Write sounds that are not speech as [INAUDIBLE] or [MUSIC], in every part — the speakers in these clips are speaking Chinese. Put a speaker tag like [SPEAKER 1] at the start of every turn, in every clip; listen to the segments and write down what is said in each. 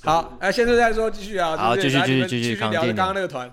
[SPEAKER 1] 好，哎，先生再说，继续啊，对不
[SPEAKER 2] 好
[SPEAKER 1] 对
[SPEAKER 2] 继续
[SPEAKER 1] 来
[SPEAKER 2] 继续
[SPEAKER 1] 你们
[SPEAKER 2] 继续
[SPEAKER 1] 继续聊
[SPEAKER 2] 康定
[SPEAKER 1] 刚刚那个团，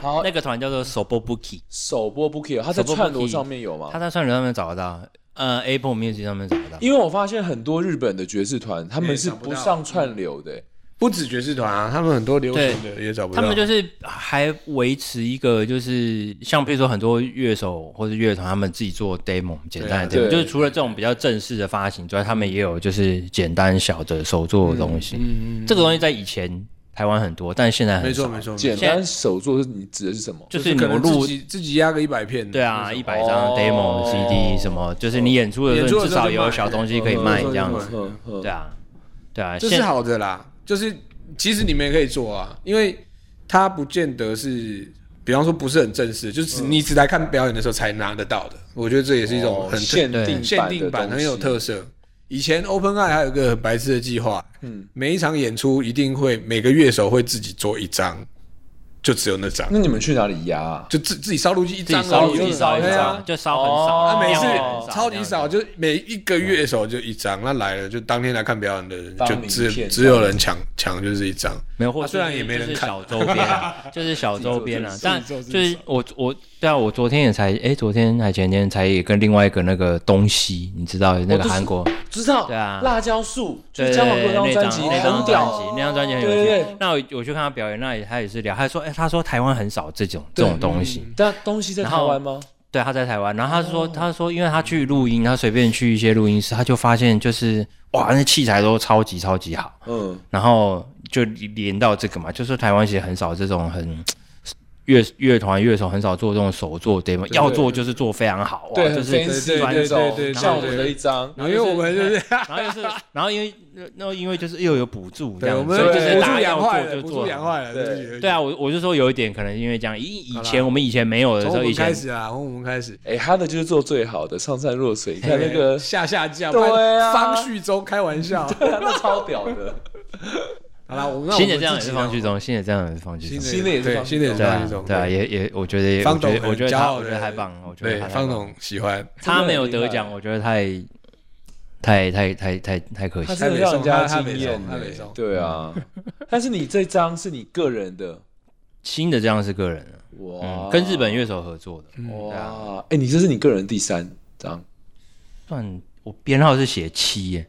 [SPEAKER 3] 好，
[SPEAKER 1] 哦
[SPEAKER 2] 那个团叫做手波 Bookie，
[SPEAKER 3] 首播 Bookie，他在
[SPEAKER 2] 首播
[SPEAKER 3] 串流
[SPEAKER 2] Bookie
[SPEAKER 3] 上面有吗
[SPEAKER 2] 他？在串流上面找得到，呃，Apple Music 上面找得到。
[SPEAKER 3] 因为我发现很多日本的爵士团，他们是
[SPEAKER 1] 找不
[SPEAKER 3] 不
[SPEAKER 1] 到
[SPEAKER 3] 上串流的、
[SPEAKER 1] 不止爵士团啊，他们很多流行的也找不到，
[SPEAKER 2] 他们就是还维持一个，就是像比如说很多乐手或者乐团，他们自己做 demo 简单的
[SPEAKER 3] 对
[SPEAKER 2] demo，就是除了这种比较正式的发行之外，他们也有就是简单小的手做的东西。
[SPEAKER 1] 嗯，嗯嗯，
[SPEAKER 2] 这个东西在以前台湾很多，但现在
[SPEAKER 1] 没
[SPEAKER 2] 很
[SPEAKER 1] 错
[SPEAKER 2] 少。
[SPEAKER 1] 没错，没错
[SPEAKER 3] 简单手作是你指的是什么？
[SPEAKER 2] 就是
[SPEAKER 1] 可
[SPEAKER 2] 你
[SPEAKER 1] 能
[SPEAKER 2] 录
[SPEAKER 1] 自己自己压个一百片，
[SPEAKER 2] 对啊，
[SPEAKER 1] 那
[SPEAKER 2] 一
[SPEAKER 1] 种
[SPEAKER 2] 百张 demo
[SPEAKER 3] 哦
[SPEAKER 2] CD 什么，就是你演出的
[SPEAKER 1] 演
[SPEAKER 2] 时
[SPEAKER 1] 出
[SPEAKER 2] 候
[SPEAKER 1] 的
[SPEAKER 2] 至
[SPEAKER 1] 时候
[SPEAKER 2] 少
[SPEAKER 1] 就卖
[SPEAKER 2] 有小东西可以
[SPEAKER 1] 嗯
[SPEAKER 2] 卖
[SPEAKER 1] 嗯
[SPEAKER 2] 这样
[SPEAKER 1] 嗯
[SPEAKER 2] 子。
[SPEAKER 3] 嗯嗯
[SPEAKER 2] 对啊，对啊，
[SPEAKER 1] 这
[SPEAKER 2] 现
[SPEAKER 1] 是好的啦，就是其实你们也可以做啊，因为它不见得是，比方说不是很正式，就是你只来看表演的时候才拿得到的。我觉得这也是一种
[SPEAKER 3] 哦
[SPEAKER 1] 很特、
[SPEAKER 3] 限定版的
[SPEAKER 1] 限定版，
[SPEAKER 3] 东
[SPEAKER 1] 很
[SPEAKER 3] 西
[SPEAKER 1] 有特色。以前 Open Eye 还有一个很白痴的计划，
[SPEAKER 3] 嗯，
[SPEAKER 1] 每一场演出一定会每个乐手会自己做一张，就只有那张，
[SPEAKER 3] 那你们去哪里压、啊？
[SPEAKER 1] 就自自己烧录机一
[SPEAKER 2] 自
[SPEAKER 1] 张
[SPEAKER 2] 己
[SPEAKER 1] 而已，
[SPEAKER 2] 烧自己
[SPEAKER 1] 就
[SPEAKER 2] 烧一
[SPEAKER 1] 对啊
[SPEAKER 2] 张，就烧很少，
[SPEAKER 3] 哦
[SPEAKER 1] 他每
[SPEAKER 2] 量很
[SPEAKER 1] 次
[SPEAKER 2] 少
[SPEAKER 1] 超级少，就每一个乐手就一张，那来了就当天来看表演的人
[SPEAKER 3] 当
[SPEAKER 1] 就
[SPEAKER 3] 名
[SPEAKER 1] 只
[SPEAKER 3] 片
[SPEAKER 1] 只有人抢抢就是一张，
[SPEAKER 2] 没有，或
[SPEAKER 1] 啊
[SPEAKER 2] 者
[SPEAKER 1] 虽然也没人看
[SPEAKER 2] 小周边啊， [LAUGHS] 就是小周边啊
[SPEAKER 3] 自。己做
[SPEAKER 2] 但
[SPEAKER 3] 自己做
[SPEAKER 2] 就
[SPEAKER 3] 自己
[SPEAKER 2] 是我我对啊，我昨天也才哎，昨天还前天才也跟另外一个那个东西，你知道那个
[SPEAKER 3] 哦就是
[SPEAKER 2] 韩国
[SPEAKER 3] 知道，
[SPEAKER 2] 对啊
[SPEAKER 3] 辣椒树就
[SPEAKER 2] 对对
[SPEAKER 3] 是姜黄
[SPEAKER 2] 对
[SPEAKER 3] 哥
[SPEAKER 2] 那
[SPEAKER 3] 那张专辑
[SPEAKER 2] 那张
[SPEAKER 3] 很
[SPEAKER 2] 专
[SPEAKER 3] 屌
[SPEAKER 2] 辑，那张专辑很有
[SPEAKER 3] 对对
[SPEAKER 2] 趣
[SPEAKER 3] 对。
[SPEAKER 2] 那我我去看他表演，那也他也是聊，他说哎，他说台湾很少这种这种东西，
[SPEAKER 3] 但东西在
[SPEAKER 2] 然
[SPEAKER 3] 台
[SPEAKER 2] 后
[SPEAKER 3] 湾吗？
[SPEAKER 2] 对，他在台湾，然后他
[SPEAKER 3] 哦
[SPEAKER 2] 说，他说，因为他去录音，他随便去一些录音室，他就发现就是哇，那器材都超级超级好，
[SPEAKER 3] 嗯，
[SPEAKER 2] 然后就连到这个嘛，就是台湾其实很少这种很乐乐团乐手很少做这种手做 demo，要做就是做非常好，哇
[SPEAKER 3] 对，
[SPEAKER 2] 就
[SPEAKER 3] 很
[SPEAKER 2] 是。
[SPEAKER 3] fancy
[SPEAKER 1] 对
[SPEAKER 3] 那
[SPEAKER 1] 对对对
[SPEAKER 3] 种，
[SPEAKER 1] 对
[SPEAKER 3] 像我们的一张，
[SPEAKER 1] 因为我们就是
[SPEAKER 2] 然后又是，然后因为那因为就是又有补助
[SPEAKER 1] [LAUGHS]
[SPEAKER 2] 这
[SPEAKER 1] 对，我
[SPEAKER 2] 样，
[SPEAKER 1] 们
[SPEAKER 2] 所以就是
[SPEAKER 1] 补
[SPEAKER 2] 大
[SPEAKER 1] 助
[SPEAKER 2] 家要
[SPEAKER 1] 养坏
[SPEAKER 2] 做
[SPEAKER 1] 了，
[SPEAKER 2] 就
[SPEAKER 1] 补
[SPEAKER 2] 做
[SPEAKER 1] 助养坏了，
[SPEAKER 3] 对
[SPEAKER 1] 对不起
[SPEAKER 2] 对，啊，我我就说有一点可能因为这样，以以
[SPEAKER 1] 好啦
[SPEAKER 2] 前我们以前没有的时
[SPEAKER 1] 从我
[SPEAKER 2] 候，以
[SPEAKER 1] 们
[SPEAKER 2] 前
[SPEAKER 1] 开始啊，从我们开始，
[SPEAKER 3] 哎，他的就是做最好的，上善若水，你看那个，
[SPEAKER 1] 下下架，
[SPEAKER 3] 对啊
[SPEAKER 1] 不然方旭洲开玩笑，
[SPEAKER 3] 那超屌的，
[SPEAKER 1] 好啦，我们那我
[SPEAKER 2] 新
[SPEAKER 1] 们
[SPEAKER 2] 的这样也
[SPEAKER 1] 自己
[SPEAKER 2] 是
[SPEAKER 1] 啊
[SPEAKER 2] 放剧，中，新的这样也是放剧中
[SPEAKER 1] 新，的
[SPEAKER 3] 新的也是
[SPEAKER 1] 对
[SPEAKER 3] 放
[SPEAKER 1] 新的也是
[SPEAKER 2] 对
[SPEAKER 1] 放
[SPEAKER 2] 啊
[SPEAKER 1] 旭中，，
[SPEAKER 2] 对啊，也也我觉得也，
[SPEAKER 1] 方
[SPEAKER 2] 我觉
[SPEAKER 1] 董
[SPEAKER 2] 得我觉得
[SPEAKER 1] 很骄
[SPEAKER 2] 他
[SPEAKER 1] 傲
[SPEAKER 2] 我觉
[SPEAKER 1] 的
[SPEAKER 2] 得太棒，了，我觉得
[SPEAKER 1] 对
[SPEAKER 2] 他，太
[SPEAKER 1] 方
[SPEAKER 2] 棒
[SPEAKER 1] 董喜欢，
[SPEAKER 2] [LAUGHS] 他没有得
[SPEAKER 3] 真的很厉害
[SPEAKER 2] 奖，我觉得太太太太太太可
[SPEAKER 3] 他
[SPEAKER 2] 惜。
[SPEAKER 3] 真的让人家
[SPEAKER 1] 他
[SPEAKER 3] 惊
[SPEAKER 1] 没送
[SPEAKER 3] 艳
[SPEAKER 1] 他没送他
[SPEAKER 3] 欸
[SPEAKER 1] 没送
[SPEAKER 3] 对啊， [LAUGHS] 但是你这张是你个人的，
[SPEAKER 2] 新的这样是个人的，
[SPEAKER 3] 哇
[SPEAKER 2] 嗯，，跟日本乐手合作的，对啊，
[SPEAKER 3] 哇，哎，你这是你个人第三张，
[SPEAKER 2] 算我编号是写七耶，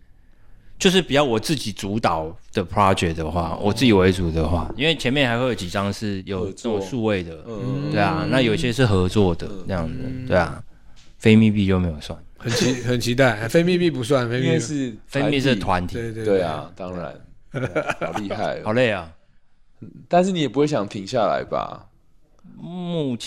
[SPEAKER 2] 就是比较我自己主导的 project 的话，我自己为主的话，哦因为前面还会有几张是有
[SPEAKER 3] 合
[SPEAKER 2] 这
[SPEAKER 3] 作
[SPEAKER 2] 种数位的，
[SPEAKER 3] 嗯，
[SPEAKER 2] 对啊，那有些是合作的这样子，对啊，非密闭就没有算，
[SPEAKER 1] 很期很期待，非密闭不算，非
[SPEAKER 3] 因
[SPEAKER 1] 密
[SPEAKER 3] 为
[SPEAKER 1] 闭，
[SPEAKER 3] 是
[SPEAKER 2] 非密是团体，
[SPEAKER 1] 对对
[SPEAKER 3] 对，啊，当然，好厉害哦
[SPEAKER 2] 好。累啊。
[SPEAKER 3] 但是你也不会想停下来吧？
[SPEAKER 2] 目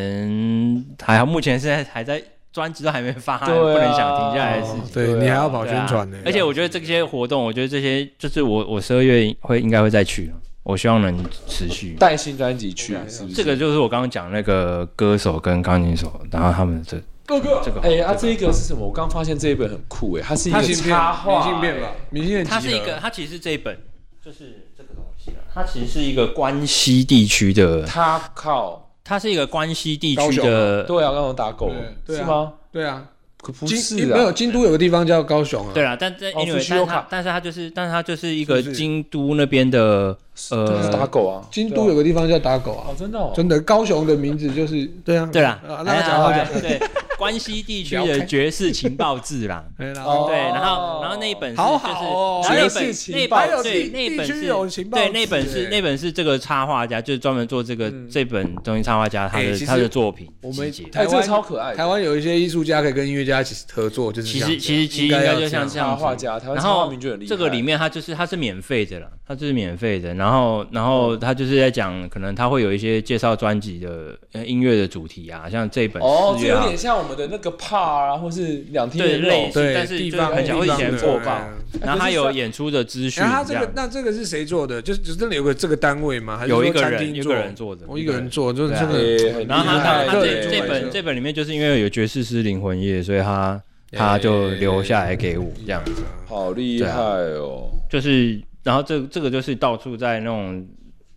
[SPEAKER 2] 前还好，目前现在还在专辑都还没发，
[SPEAKER 3] 对啊
[SPEAKER 2] 不能想停下来的事情。
[SPEAKER 1] 对
[SPEAKER 3] 对啊
[SPEAKER 1] 你还要跑
[SPEAKER 2] 对
[SPEAKER 1] 哦宣
[SPEAKER 2] 啊
[SPEAKER 1] 传呢，
[SPEAKER 2] 而且我觉得这些活动，我觉得这些就是我我十二月会应该会再去，我希望能持续。
[SPEAKER 3] 带新专辑去，
[SPEAKER 1] 啊
[SPEAKER 3] 是不是？
[SPEAKER 2] 这个就是我刚刚讲那个歌手跟钢琴手，然后他们这
[SPEAKER 3] 哥哥
[SPEAKER 2] 这个
[SPEAKER 3] 哎啊，这个是什么？我刚发现这一本很酷哎，它是一
[SPEAKER 1] 他
[SPEAKER 3] 个
[SPEAKER 1] 明信片
[SPEAKER 3] 插画，
[SPEAKER 1] 明信片吧
[SPEAKER 3] 哎，
[SPEAKER 1] 明信片集合
[SPEAKER 2] 它是一个，它其实是这一本就是这个东西啊，它其实是一个关西地区的，
[SPEAKER 3] 它靠，
[SPEAKER 2] 它是一个关西地
[SPEAKER 1] 高
[SPEAKER 2] 区
[SPEAKER 1] 雄
[SPEAKER 2] 的，
[SPEAKER 3] 对啊，刚刚打狗
[SPEAKER 1] 对
[SPEAKER 3] 是
[SPEAKER 1] 啊
[SPEAKER 3] 吗？
[SPEAKER 1] 对啊，
[SPEAKER 3] 可不
[SPEAKER 1] 京
[SPEAKER 3] 是
[SPEAKER 1] 没有
[SPEAKER 3] 啊，
[SPEAKER 1] 京都有个地方叫高雄啊，
[SPEAKER 2] 对啦，但但
[SPEAKER 3] 哦
[SPEAKER 2] anyway，但是
[SPEAKER 3] Fukuoka
[SPEAKER 2] 它但是它就是，但是它就是一个
[SPEAKER 1] 是不是
[SPEAKER 2] 京都那边的
[SPEAKER 3] 就是
[SPEAKER 2] 呃
[SPEAKER 3] 打狗啊，
[SPEAKER 1] 京都有个地方叫打狗啊
[SPEAKER 3] 哦，，真的哦，
[SPEAKER 1] 真的，高雄的名字就是对啊，
[SPEAKER 2] 对啦，哎
[SPEAKER 1] 啊
[SPEAKER 2] 来
[SPEAKER 1] 让他
[SPEAKER 2] 啦
[SPEAKER 1] 讲，让他
[SPEAKER 2] 来
[SPEAKER 1] 讲，
[SPEAKER 2] 啦对，关西地区的爵士情报志
[SPEAKER 1] [LAUGHS]
[SPEAKER 2] 啦。
[SPEAKER 1] 对啦，
[SPEAKER 3] 哦
[SPEAKER 2] 对，然后然后那一本是
[SPEAKER 1] 好
[SPEAKER 2] 就
[SPEAKER 1] 好哦
[SPEAKER 2] 是那一
[SPEAKER 3] 爵士
[SPEAKER 2] 本
[SPEAKER 3] 情
[SPEAKER 2] 那一
[SPEAKER 3] 报
[SPEAKER 2] 本
[SPEAKER 1] 志
[SPEAKER 2] 对那一本
[SPEAKER 1] 地区
[SPEAKER 2] 是
[SPEAKER 1] 有情报志
[SPEAKER 2] 对那本是
[SPEAKER 1] 哎
[SPEAKER 2] 那本是这个插画家，就是专门做这个
[SPEAKER 3] 嗯
[SPEAKER 2] 这本东西插画家他
[SPEAKER 1] 哎
[SPEAKER 2] 的
[SPEAKER 1] 其实
[SPEAKER 2] 他的作品
[SPEAKER 1] 我们
[SPEAKER 2] 集结
[SPEAKER 1] 台
[SPEAKER 3] 哎，这
[SPEAKER 1] 湾
[SPEAKER 3] 个超可爱的，
[SPEAKER 1] 台湾有一些艺术家可以跟音乐家一起合作，就是
[SPEAKER 2] 其
[SPEAKER 1] 这样
[SPEAKER 2] 实
[SPEAKER 1] 子
[SPEAKER 2] 其实其实
[SPEAKER 1] 应
[SPEAKER 2] 应
[SPEAKER 1] 该
[SPEAKER 2] 该
[SPEAKER 1] 要
[SPEAKER 2] 就像
[SPEAKER 1] 这
[SPEAKER 2] 这
[SPEAKER 3] 插
[SPEAKER 2] 样子
[SPEAKER 3] 画家，台湾
[SPEAKER 2] 然
[SPEAKER 3] 插画
[SPEAKER 2] 后
[SPEAKER 3] 名就很厉害。
[SPEAKER 2] 这个里面它就是它是免费的啦，它就是免费的。然后然后它就是在讲，可能它会有一些介绍专辑的呃音乐的主题啊，像这本
[SPEAKER 3] 哦，
[SPEAKER 2] 四
[SPEAKER 3] 这
[SPEAKER 2] 月
[SPEAKER 3] 有
[SPEAKER 2] 啊，
[SPEAKER 3] 点像我们的那个帕啊，或是两天
[SPEAKER 2] 对
[SPEAKER 3] 的
[SPEAKER 2] 类
[SPEAKER 3] 肉，
[SPEAKER 2] 似，
[SPEAKER 1] 对
[SPEAKER 2] 但是
[SPEAKER 1] 地
[SPEAKER 2] 就是
[SPEAKER 1] 方
[SPEAKER 2] 很
[SPEAKER 3] 地
[SPEAKER 2] 久以
[SPEAKER 3] 方
[SPEAKER 2] 前
[SPEAKER 3] 的
[SPEAKER 2] 播
[SPEAKER 3] 对
[SPEAKER 2] 放，然后它有演出的资讯
[SPEAKER 1] 然后他这
[SPEAKER 2] 这样
[SPEAKER 1] 个，。那这个是谁做的？就是真的有个这个单位吗？还是
[SPEAKER 2] 有一
[SPEAKER 1] 说
[SPEAKER 2] 个
[SPEAKER 1] 餐
[SPEAKER 2] 人，
[SPEAKER 1] 厅
[SPEAKER 2] 有一
[SPEAKER 1] 做哦
[SPEAKER 2] 个人做的，
[SPEAKER 1] 我一个人做，就是
[SPEAKER 2] 对啊
[SPEAKER 1] 真的
[SPEAKER 3] 哎很厉
[SPEAKER 2] 然后他
[SPEAKER 3] 害
[SPEAKER 2] 他他
[SPEAKER 3] 对
[SPEAKER 2] 这这
[SPEAKER 3] 对
[SPEAKER 2] 本这本里面就是因为有爵士诗灵魂夜，所以他他就留下来给我这样子，
[SPEAKER 3] 好厉
[SPEAKER 2] 对
[SPEAKER 3] 害
[SPEAKER 2] 啊
[SPEAKER 3] 哦！
[SPEAKER 2] 就是然后这这个就是到处在那种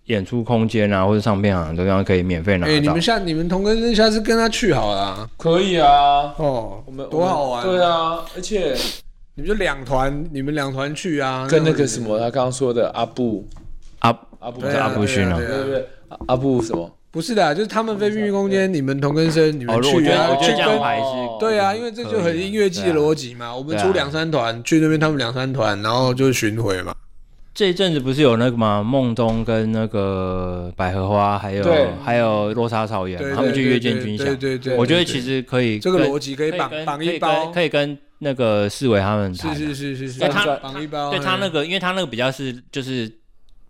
[SPEAKER 2] 演出空间啊或者唱片行都这样可以免费拿
[SPEAKER 1] 哎，你
[SPEAKER 2] 到
[SPEAKER 1] 们。下你们同根生下次跟他去好了啊。
[SPEAKER 3] 可以啊，
[SPEAKER 1] 哦
[SPEAKER 3] 我们啊
[SPEAKER 1] 多好玩，
[SPEAKER 3] 对，啊，而且
[SPEAKER 1] 你们就两团，你们两团去啊，
[SPEAKER 3] 跟那个
[SPEAKER 1] 是
[SPEAKER 3] 什么他刚刚说的阿布
[SPEAKER 2] 阿
[SPEAKER 3] 阿布
[SPEAKER 2] 不
[SPEAKER 1] 对
[SPEAKER 2] 是
[SPEAKER 1] 啊
[SPEAKER 2] 阿布逊啊
[SPEAKER 1] 对啊，
[SPEAKER 3] 对对对，阿阿布什么？
[SPEAKER 1] 不是的，啊就是他们非秘密空间，你们同根生，你
[SPEAKER 2] 哦，
[SPEAKER 1] 们
[SPEAKER 2] 如果我
[SPEAKER 1] 去
[SPEAKER 2] 觉得
[SPEAKER 1] 啊，
[SPEAKER 2] 我觉
[SPEAKER 1] 去
[SPEAKER 2] 得这样
[SPEAKER 1] 跟
[SPEAKER 2] 还是
[SPEAKER 3] 哦
[SPEAKER 1] 对啊，因为这就
[SPEAKER 2] 可
[SPEAKER 1] 很
[SPEAKER 2] 以啊
[SPEAKER 1] 音乐季的逻辑嘛。我们
[SPEAKER 2] 对
[SPEAKER 1] 出
[SPEAKER 2] 啊
[SPEAKER 1] 两三团去那边，他们两三团，然后就巡回嘛。
[SPEAKER 2] 这一阵子不是有那个吗？孟东跟那个百合花，还
[SPEAKER 3] 对
[SPEAKER 2] 有还有落沙草原嘛
[SPEAKER 1] 对，，
[SPEAKER 2] 他们去
[SPEAKER 1] 对
[SPEAKER 2] 约
[SPEAKER 1] 对
[SPEAKER 2] 见军
[SPEAKER 1] 对
[SPEAKER 2] 饷。
[SPEAKER 1] 对对，
[SPEAKER 2] 我觉
[SPEAKER 1] 对
[SPEAKER 2] 得其实可以
[SPEAKER 1] 这个
[SPEAKER 2] 跟
[SPEAKER 1] 逻辑可
[SPEAKER 2] 可
[SPEAKER 1] 以绑
[SPEAKER 2] 跟
[SPEAKER 1] 绑
[SPEAKER 2] 啊可
[SPEAKER 1] 一
[SPEAKER 2] 以
[SPEAKER 1] 包
[SPEAKER 2] 跟，可以跟那个四维他们谈
[SPEAKER 1] 是
[SPEAKER 2] 啊。
[SPEAKER 1] 是是是是，
[SPEAKER 2] 对他
[SPEAKER 1] 绑一包，
[SPEAKER 2] 对他那
[SPEAKER 1] 嗯
[SPEAKER 2] 个，因为他那个比较是就是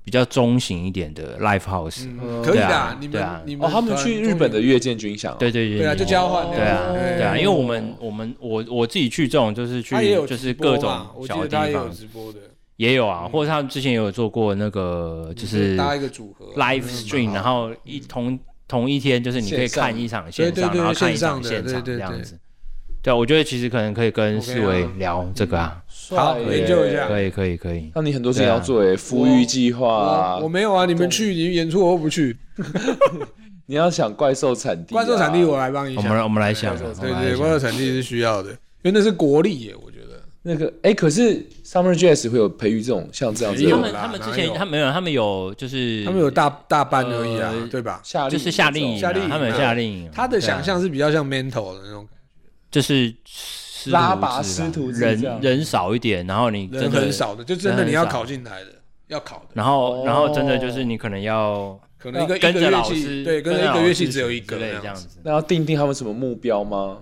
[SPEAKER 2] 比较中型一点的 live house，
[SPEAKER 1] 嗯可以
[SPEAKER 2] 对啊
[SPEAKER 1] 的，你
[SPEAKER 2] 对
[SPEAKER 1] 们
[SPEAKER 2] 啊
[SPEAKER 1] 你们
[SPEAKER 3] 哦，他们
[SPEAKER 1] 团
[SPEAKER 3] 去
[SPEAKER 1] 终
[SPEAKER 3] 日
[SPEAKER 1] 于
[SPEAKER 3] 本的月见军饷哦，
[SPEAKER 2] 对对对
[SPEAKER 1] 对啊，就交换
[SPEAKER 3] 哦
[SPEAKER 2] 对啊
[SPEAKER 1] 对
[SPEAKER 2] 对啊，因为我们我们我我自己去这种就是去
[SPEAKER 1] 他也有
[SPEAKER 2] 啊
[SPEAKER 1] 直
[SPEAKER 2] 就是
[SPEAKER 1] 播
[SPEAKER 2] 各种
[SPEAKER 1] 嘛我记
[SPEAKER 2] 小
[SPEAKER 1] 得
[SPEAKER 2] 地
[SPEAKER 1] 他也有
[SPEAKER 2] 方
[SPEAKER 1] 直播的，
[SPEAKER 2] 也有啊，或者他们之前也有做过那个就是
[SPEAKER 1] 搭一个组合
[SPEAKER 2] live
[SPEAKER 1] 嗯
[SPEAKER 2] stream，
[SPEAKER 1] 蛮
[SPEAKER 2] 然
[SPEAKER 1] 好
[SPEAKER 2] 后一同同一天，就是你可以
[SPEAKER 3] 线上
[SPEAKER 2] 看一场
[SPEAKER 1] 对
[SPEAKER 2] 线
[SPEAKER 1] 对
[SPEAKER 2] 上，
[SPEAKER 1] 对
[SPEAKER 2] 然后看一
[SPEAKER 1] 线上
[SPEAKER 2] 场
[SPEAKER 1] 的
[SPEAKER 2] 现
[SPEAKER 1] 对
[SPEAKER 2] 场
[SPEAKER 1] 对
[SPEAKER 2] 这
[SPEAKER 1] 对
[SPEAKER 2] 样子。对啊，我觉得其实可能可以
[SPEAKER 1] OK
[SPEAKER 2] 跟
[SPEAKER 1] 啊嗯
[SPEAKER 2] 思维聊这个啊，
[SPEAKER 1] 好
[SPEAKER 3] 帅耶
[SPEAKER 1] 研究一下
[SPEAKER 2] 可以可以可以。
[SPEAKER 3] 那你很多事情要做
[SPEAKER 2] 啊
[SPEAKER 3] 诶，富裕计划啊
[SPEAKER 2] 呃
[SPEAKER 1] 我我，没有啊，你们去，你们演出我又不去，
[SPEAKER 3] 你要想怪兽产地啊，
[SPEAKER 1] 怪兽产地我来帮你
[SPEAKER 2] 我
[SPEAKER 1] 想，
[SPEAKER 2] 们来我们来想啊，我
[SPEAKER 1] 对
[SPEAKER 2] 们来
[SPEAKER 1] 对，
[SPEAKER 2] 想
[SPEAKER 1] 怪兽产地是需要的，因为那是国力耶，我觉得。
[SPEAKER 3] 那个诶，可是 Summer Jazz 会有培育这种像这样子
[SPEAKER 1] 没
[SPEAKER 2] 他
[SPEAKER 1] 有
[SPEAKER 2] 们
[SPEAKER 1] 啦
[SPEAKER 2] 他们
[SPEAKER 1] 哪
[SPEAKER 2] 之前
[SPEAKER 1] 有
[SPEAKER 2] 他没有他们有就是
[SPEAKER 1] 他们有大大班而已啊，
[SPEAKER 2] 呃
[SPEAKER 1] 对吧？
[SPEAKER 3] 夏令
[SPEAKER 2] 就
[SPEAKER 3] 营
[SPEAKER 2] 是夏令营啊，
[SPEAKER 1] 夏令营
[SPEAKER 2] 他们有
[SPEAKER 1] 啊
[SPEAKER 2] 夏令营啊。
[SPEAKER 1] 他的
[SPEAKER 2] 对啊
[SPEAKER 1] 想象是比较像 mental 的那种，
[SPEAKER 2] 就是师徒
[SPEAKER 3] 拉拔
[SPEAKER 2] 制
[SPEAKER 3] 师
[SPEAKER 2] 啊
[SPEAKER 3] 徒制这样
[SPEAKER 2] 人人少一点，然后你真
[SPEAKER 1] 人
[SPEAKER 2] 的
[SPEAKER 1] 很，少的，就真的
[SPEAKER 2] 人很
[SPEAKER 1] 你要
[SPEAKER 2] 少
[SPEAKER 1] 考进来的，要考的，
[SPEAKER 2] 然后然后真的就
[SPEAKER 3] 哦
[SPEAKER 2] 是你可能要
[SPEAKER 1] 可能一个一
[SPEAKER 2] 跟
[SPEAKER 1] 个
[SPEAKER 2] 着
[SPEAKER 1] 乐
[SPEAKER 2] 老
[SPEAKER 1] 器，
[SPEAKER 2] 师，
[SPEAKER 1] 对，跟
[SPEAKER 2] 着
[SPEAKER 1] 着一
[SPEAKER 2] 老
[SPEAKER 1] 个
[SPEAKER 2] 师
[SPEAKER 1] 乐器只有一个
[SPEAKER 2] 之类这样
[SPEAKER 1] 子，
[SPEAKER 2] 子。
[SPEAKER 3] 那要定定他们什么目标吗？